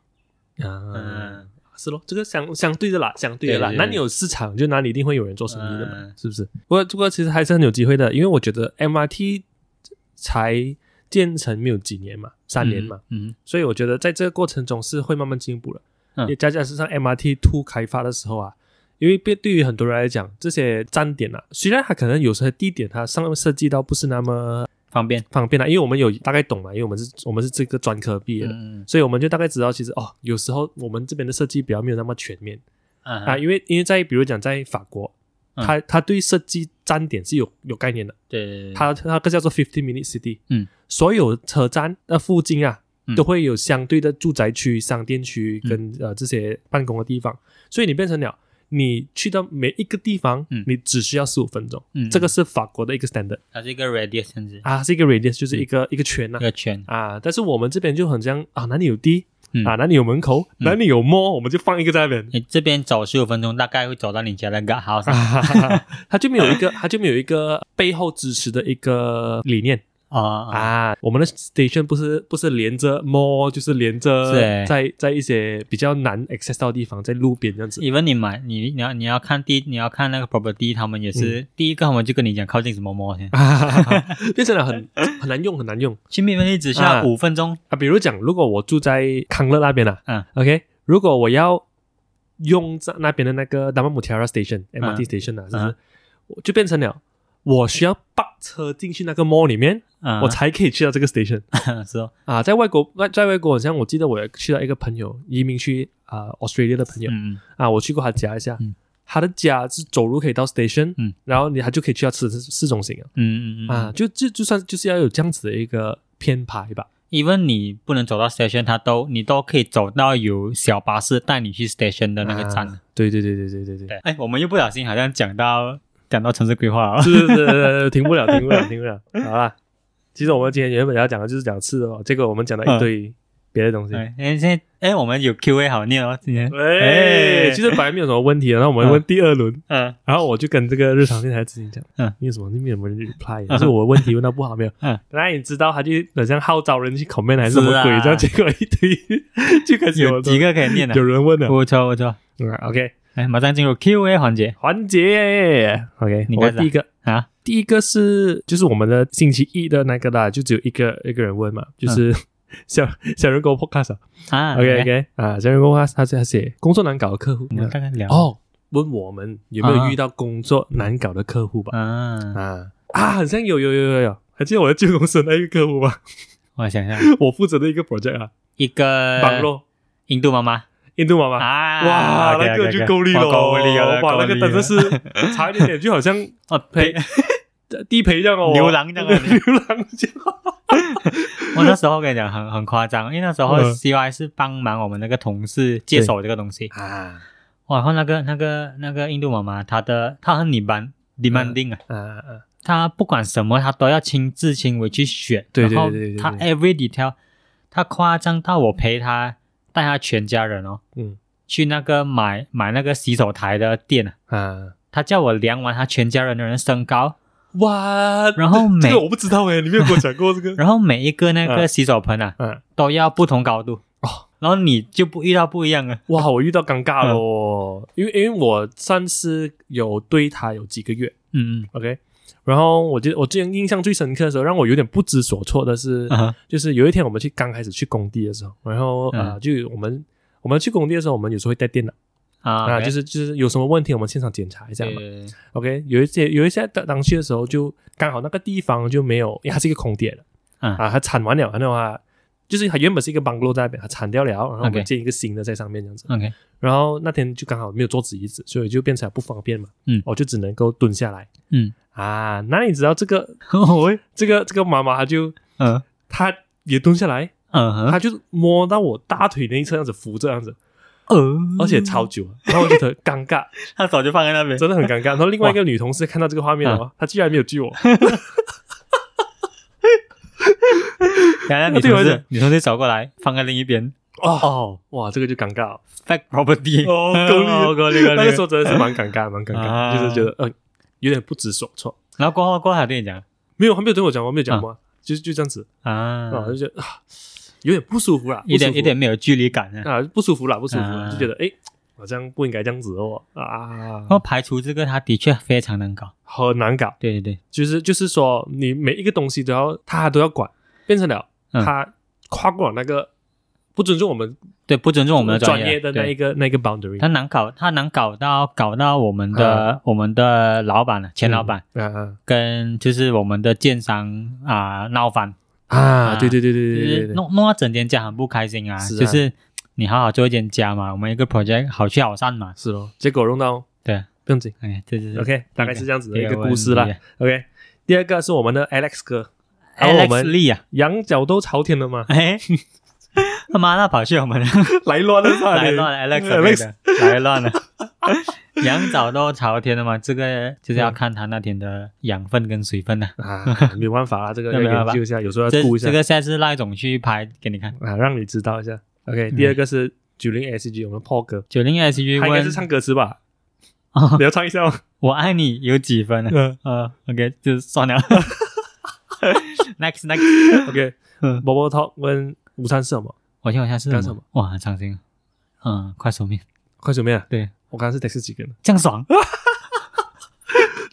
A: 啊，
B: 嗯，
A: 是咯，这个相相对的啦，相对的啦
B: 对，对对
A: 哪里有市场，就哪里一定会有人做生意的嘛
B: 嗯，
A: 是不是？不过不过其实还是很有机会的，因为我觉得 MRT 才建成没有几年嘛，三年嘛，
B: 嗯，
A: 所以我觉得在这个过程中是会慢慢进步的。
B: 嗯
A: 也加加上 MRT Two 开发的时候啊，因为对对于很多人来讲，这些站点啊，虽然它可能有时候地点它上面设计到不是那么
B: 嗯，方便。
A: 方便啦、因为我们有大概懂嘛，因为我们是我们是这个专科毕业的，
B: 嗯
A: 所以我们就大概知道，其实哦，有时候我们这边的设计比较没有那么全面
B: 嗯
A: 啊，
B: 啊，
A: 因为因为在比如讲在法国，
B: 嗯
A: 它它对设计站点是有有概念的。
B: 对对对，
A: 它它那个叫做 Fifty Minute City，
B: 嗯，
A: 所有车站那附近啊，
B: 嗯
A: 都会有相对的住宅区、商店区跟、呃这些办公的地方，所以你变成了你去到每一个地方，
B: 嗯
A: 你只需要十五分钟，
B: 嗯
A: 这个是法国的一个 standard
B: 它是一个 radius 这样子，
A: 啊，是一个 radius
B: 嗯
A: 就是一个、一个圈呐、
B: 一个圈。
A: 啊，但是我们这边就很像啊，哪里有地、
B: 嗯
A: 啊，哪里有门口，哪里有 mall，我们就放一个在那边。
B: 你这边走十五分钟，大概会走到你家的 gut house
A: 它就没有一个，它就没有一个背后支持的一个理念，
B: 啊啊
A: 啊，我们的 station 不是不是连着 mall，就是连着
B: 是欸
A: 在在一些比较难 access 到的地方，在路边这 样子。
B: even 你买你你要你要看第你要看那个 property，他们也是、
A: 嗯
B: 第一个，他们就跟你讲靠近什么 mall 先。
A: 变成了很很难用，很难用
B: 去密分地只需
A: 啊
B: 要五分钟，
A: 啊。比如讲，如果我住在康乐那边啊，
B: 嗯
A: ，OK，如果我要用在那边的那个 d a m a m u t a r a Station、MRT Station 啊，是不是？
B: 嗯
A: 我就变成了我需要扒车进去那个 mall 里面，
B: 啊，
A: 我才可以去到这个 station
B: 是 哦，
A: 啊。在外国，在在外国，好像我记得我有去到一个朋友移民去啊、Australia 的朋友，
B: 嗯，嗯
A: 啊，我去过他家一下，
B: 嗯
A: 他的家是走路可以到 station，
B: 嗯
A: 然后你他就可以去到市市中心了、
B: 嗯嗯嗯
A: 啊，就就就算就是要有这样子的一个偏排吧，
B: ，even 你不能走到 station，它都你都可以走到有小巴士带你去 station 的那个站。
A: 啊对对对对对对对，
B: 对，哎，我们又不小心好像讲到讲到城市规划了，
A: 是是是是是，停不了，停不了，停不了，好啦，其实我们今天原本要讲的就是讲吃的哦，结果我们讲到一堆别的东西。
B: 哎，哎现在哎我们有 Q&A 好念哦，今天，
A: 哎，其实本来没有什么问题的，然后我们问第二轮，
B: 嗯
A: 然后我就跟这个日常电台执行讲，
B: 嗯
A: 你有什么你有没有人 reply？就是我问题问到不好没有？
B: 嗯，
A: 本来你知道他就很像号召人去 comment 还是什么鬼，
B: 是啊
A: 这样结果一堆就开始
B: 有几
A: 个
B: 个可啊以念的
A: 有，人问了。
B: 不错不错，
A: 嗯 OK，
B: 哎，马上进入 Q&A 环节
A: 环节 OK，
B: 你
A: 我
B: 开始啊
A: 第一个。
B: 啊，
A: 第一个是就是我们的星期一的那个啦，就只有一个一个人问嘛，就是小小人狗 podcast 啊
B: 嗯啊
A: OK OK 啊，小人狗 podcast 他他写工作难搞的客户
B: 我们看看聊，
A: 哦，问我们有没有
B: 嗯啊
A: 遇到工作难搞的客户吧？
B: 啊，
A: 啊啊，好像有有有有有，还记得我在旧公司的那一个客户吧？
B: 我想一下，
A: 我负责的一个 project 啊，
B: 一个
A: 网络
B: 印度妈妈
A: 印度妈妈，
B: 呃啊，
A: 哇，
B: OK，OK，OK
A: 那个就够力了，
B: 哇够力了，
A: 哇，那
B: 够
A: 个
B: 力
A: 真的
B: 了
A: 是 差一点点，就好像
B: 哦， 呸，
A: 地陪这样哦，
B: 牛郎这样啊你
A: 牛郎这样，
B: 我那时候跟你讲很很夸张，因为那时候
A: 嗯
B: CY 是帮忙我们那个同事接手这个东西，
A: 啊
B: 哇，然后那个那个那个印度妈妈，她的她很
A: 嗯
B: demand demanding 啊，
A: 啊啊，
B: 她不管什么她都要亲自亲为去选，
A: 对对
B: 然后
A: 对对对
B: 她 every detail，她夸张到我陪她带她全家人哦
A: 嗯
B: 去那个买买那个洗手台的店啊，
A: 啊，
B: 她叫我量完她全家人的人身高，
A: 哇，
B: 然后
A: 这
B: 每
A: 个我不知道哎，你没有跟我讲过这个，
B: 然后每一个那个
A: 嗯
B: 洗手盆啊
A: 嗯，
B: 都要不同高度
A: 哦，
B: 然后你就不遇到不一样啊的。
A: 哇，我遇到尴尬了哦，因为因为我上次有对他有几个月
B: 嗯
A: ，OK。然后我记得我之前印象最深刻的时候，让我有点不知所措的是，
B: 嗯啊哈
A: 就是有一天我们去刚开始去工地的时候，然后啊、呃
B: 嗯
A: 就我们我们去工地的时候，我们有时候会带电脑啊、
B: 啊，OK 嗯
A: 就是就是有什么问题我们现场检查一下
B: 对
A: 嘛。
B: 对对
A: OK，有一些有一些当当去的时候，就刚好那个地方就没有，因为它是一个空地的
B: 嗯
A: 啊，它铲完了，然后它就是它原本是一个 bungalow 在那边，它铲掉了，然后我们
B: OK
A: 建一个新的在上面这样子。
B: ，OK，
A: 然后那天就刚好没有桌子椅子，所以就变成不方便嘛，哦
B: 嗯
A: 我就只能够蹲下来
B: 嗯，
A: 啊。那你知道这个
B: 喂，
A: 这个这个妈妈她就
B: 嗯
A: 她也蹲下来，
B: 嗯哼
A: 他就摸到我大腿那一侧，这样子扶着，这样子，
B: 呃
A: 而且超久，然后我就很尴尬，
B: 他手就放在那边，
A: 真的很尴尬。然后另外一个女同事看到这个画面
B: 嗯
A: 哦，她居然没有拒我，
B: 然后
A: 那
B: 你
A: 对
B: 同
A: 我来
B: 事
A: 讲
B: 你同事走过来放在另一边
A: 哦，
B: 哦
A: 哇，这个就尴尬了，
B: ，fact property，
A: 哦够力了
B: 哦够力够力
A: 那个时候真的是蛮尴尬，蛮尴尬，
B: 啊
A: 就是觉得呃有点不知所措。
B: 然后过后过后他跟你讲
A: 没有，还没有跟我讲过，没有讲过，就是就这样子
B: 啊，
A: 啊，就觉得啊有点不舒服啦，
B: 有点
A: 不舒服
B: 有点没有距离感啊，
A: 啊不舒服啦，不舒服啦，
B: 啊
A: 就觉得哎。好像不应该这样子哦啊
B: 然，后排除这个，他的确非常难搞，
A: 很难搞。
B: 对对对，
A: 就是就是说，你每一个东西都要他都要管，变成了
B: 嗯
A: 他跨过了那个不尊重我们
B: 对不尊重我们的
A: 专
B: 业
A: 的那一
B: 对
A: 个那一个 boundary 嗯
B: 他难搞，他难搞到搞到我们的我们的老板了，前老板
A: 啊啊
B: 跟就是我们的建商啊闹翻，
A: 啊！对对对对
B: 就
A: 对
B: 是
A: 对对，
B: 弄弄到整间家很不开心啊，
A: 是啊
B: 就是你好好做一间家嘛，我们一个 project 好聚好散嘛，
A: 是咯，结果弄到
B: 对，
A: 不用紧
B: 哎，这就是
A: ，OK，大概是这样子的
B: 第
A: 一
B: 二
A: 个
B: 个
A: 故事啦
B: 问题。
A: OK，第二个是我们的 Alex 哥，然后我
B: Alex
A: 们
B: Lee 啊，，
A: 羊角都朝天了嘛
B: 哎，他妈那跑去我们
A: 来乱了噻，
B: 来乱
A: 嗯
B: 了 Alex 来乱了， 羊早都朝天了嘛，这个就是要看他那天的养分跟水分了。
A: 啊，没有办法啦，这个要
B: 没办
A: 研
B: 法
A: 究一下，有时候
B: 这
A: 要顾一下
B: 这个下次赖总去拍给你看。
A: 啊，让你知道一下。OK，
B: 嗯
A: 第二个是九零 SG，我们 Paul 哥。
B: 九零 S U
A: 他应该是
B: 问啊
A: 唱歌词吧？你要唱一下 吗？
B: 我爱你有几分 呢？
A: 嗯
B: 呃，OK，就 算了。next next，
A: ，OK。
B: 嗯
A: Bobo Talk 问午餐是什么？
B: 我想我下次
A: 干什么？
B: 哇，长兴，嗯，快手面，
A: 快手面啊！
B: 对，
A: 我刚刚是 Texas 几根的
B: 这 样爽。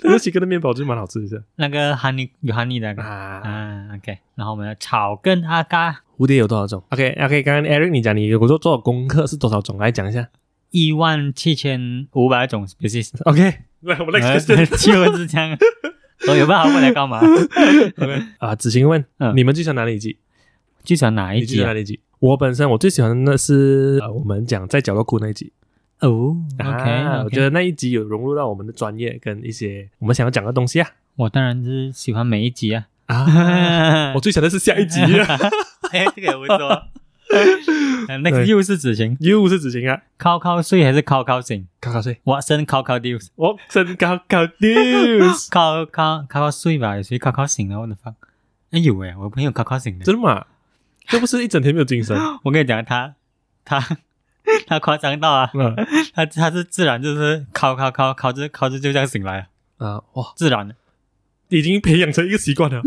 A: ，Texas 几根的面包就蛮好吃 的。
B: 那个 honey 有 honey 的那个
A: 啊，
B: 啊，OK。然后我们的草根阿嘎
A: 蝴蝶有多少种？OK OK，刚刚 Eric 你讲你有做做功课是多少种？来讲一 下。
B: 一万七千五百种 species，
A: OK，来我们 next
B: 呃
A: question
B: 就是这样。我有办法问来 干嘛？
A: 啊，子晴问
B: 嗯
A: 你们最喜欢哪里一集？
B: 最喜欢哪
A: 你
B: 一
A: 最喜
B: 集
A: 欢
B: 啊
A: 哪？里一集？我本身我最喜欢的是呃我们讲在角落哭那一集
B: 哦
A: 啊，
B: ，OK，
A: 我觉得那一集有融入到我们的专业跟一些我们想要讲的东西啊
B: 我当然是喜欢每一集啊。
A: 啊， 我最喜欢的是下一集啊。
B: 哎，这个也不 错。呃 Next
A: 对
B: 又是子晴，
A: 又是子晴啊，
B: 靠靠睡还是靠靠醒？
A: 卡卡睡，
B: 我身靠靠丢，
A: 我身高高 news，
B: 靠靠靠靠睡吧，谁靠靠醒了？我的妈！哎有哎，我朋友靠靠醒的。
A: 真的吗？这不是一整天没有精 神？
B: 我跟你讲，他他他夸张到啊，
A: 嗯
B: 他他是自然就是靠靠靠靠着靠着就这样醒来了，
A: 啊，哇，
B: 自然的，
A: 已经培养成一个习惯了，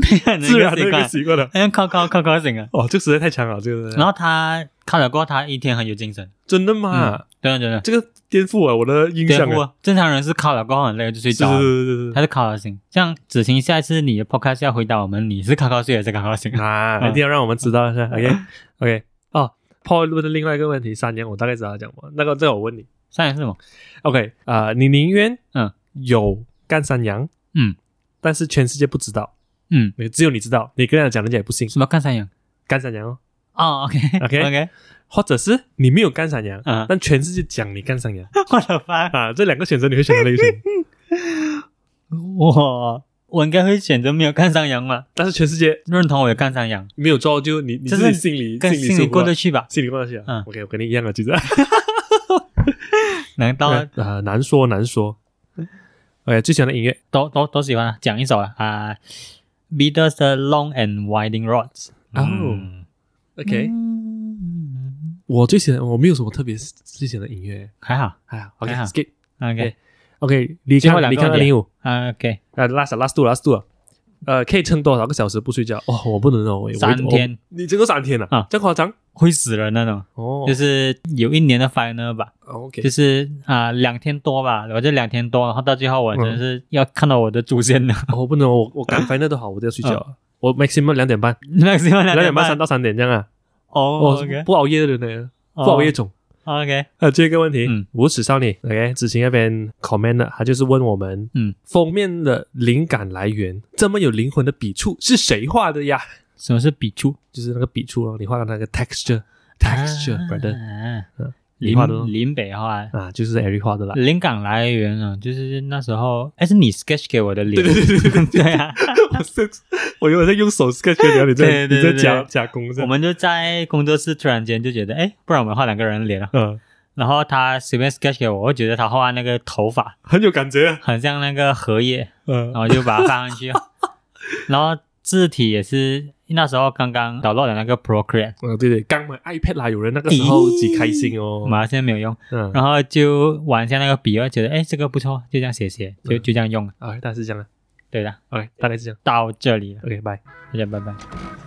A: 自然的一个习惯了。
B: 哎呀，靠靠靠靠醒了。
A: 哦，这实在太强了，这个真
B: 然
A: 的
B: 后他看了过后，他一天很有精神，啊
A: 真的吗？
B: 真的真的。
A: 这个颠覆了我的印
B: 嗯颠
A: 象
B: 覆
A: 啊！
B: 啊！正常人是靠了过后很累就睡
A: 是
B: 着了，
A: 是是是
B: 他是靠靠醒。这样子晴，下一次你的 podcast 要回答我们，你是靠靠睡还是靠靠醒
A: 是？
B: 嗯
A: 啊，一定要让我们知道一下。OK OK，哦，Paul 问的另外一个问题，三年我大概知道他讲什么。那个，这个我问你
B: 上一是什么？
A: ，OK 啊，你宁愿
B: 嗯
A: 有干山羊，
B: 嗯，
A: 但是全世界不知道，
B: 嗯，
A: 你只有你知道，你跟人家讲，人家也不信。
B: 什么干山羊？
A: 干散娘哦，
B: 哦，OK
A: OK
B: OK，
A: 或者是你没有干散娘，
B: 嗯
A: 但全世界讲你干散 娘
B: 我的妈！
A: 啊，这两个选择你会选择哪一个 选？
B: 我我应该会选择没有干上扬吧？
A: 但是全世界
B: 认同我有干上扬，
A: 没有做，就你你
B: 就
A: 自己
B: 是
A: 心里
B: 跟
A: 心
B: 心里
A: 舒服
B: 过
A: 啊
B: 得去吧？
A: 心里过得去啊
B: 嗯。
A: OK，我跟你一样啊，其实
B: 难道
A: 呃难说难说。OK，最喜欢的音乐
B: 都都都喜欢啊？讲一首啊啊，Beatles 的 Long and Winding Roads。
A: 哦
B: 嗯
A: ，OK，
B: 嗯
A: 我最喜欢我没有什么特别最喜欢的音乐，
B: 还好
A: 哎呀，OK
B: 还好
A: skip。
B: ，OK
A: OK，你
B: 啊最后两
A: 看你
B: 个
A: 看二
B: 问题
A: 零五，
B: OK，
A: 呃，last last two last two，啊呃，可以撑多少个小时不睡觉？哦，我不能哦，我
B: 三，
A: 我
B: 天
A: 我你这个三天啊，
B: 啊
A: 这样夸张
B: 会死人那种，
A: 哦，
B: 就是有一年的 final 吧，
A: 哦 OK，
B: 就是啊两天多吧，我就两天多，然后到最后我
A: 嗯
B: 真是要看到我的祖先了。
A: 哦我不能哦，我我赶 final 都好，我就要睡觉啊，我 maximum 两点半，
B: 那是因为两
A: 两点
B: 点
A: 半三到三点这样啊，
B: 哦
A: 我
B: ，OK，
A: 不熬夜的人呢，不熬夜种。
B: 哦，OK，
A: 呃，这个问题，
B: 嗯
A: 无耻少女，OK，子晴那边 comment 啊了，他就是问我们，
B: 嗯，
A: 封面的灵感来源，这么有灵魂的笔触是谁画的呀？
B: 什么是笔触
A: 就是那个笔触哦，你画的那个 texture，texture，brother，
B: 啊
A: 嗯你画的咯
B: 林林北画，
A: 啊，就是 Eric 画的啦。
B: 灵感来源啊，就是那时候，哎，是你 sketch 给我的脸，对对对啊，
A: 我是我有在用手 sketch 的你在
B: 对对
A: 你在
B: 对
A: 加
B: 对
A: 加工是
B: 我
A: 吧？
B: 们就在工作室突然间就觉得，哎，不然我们画两个人的脸啊，
A: 嗯，
B: 然后他随便 sketch 给我，我觉得他画那个头发
A: 很有感觉啊，
B: 很像那个荷叶，
A: 嗯
B: 然，后就把它放 上去啊，然后字体也是那时候刚刚导入的那个 Procreate，
A: 哦对对，刚买 iPad 啦，有人那个时候几开心哦，
B: 马来西亚没有用。
A: 嗯，
B: 然后就玩一下那个笔，我觉得哎这个不错，就这样写写，就
A: 嗯
B: 就这样用了。
A: 啊，大概是这样啊
B: 对的，
A: ，OK，大概是这样
B: 到这里了，
A: ，OK，拜。
B: 大家拜拜。
A: 拜拜。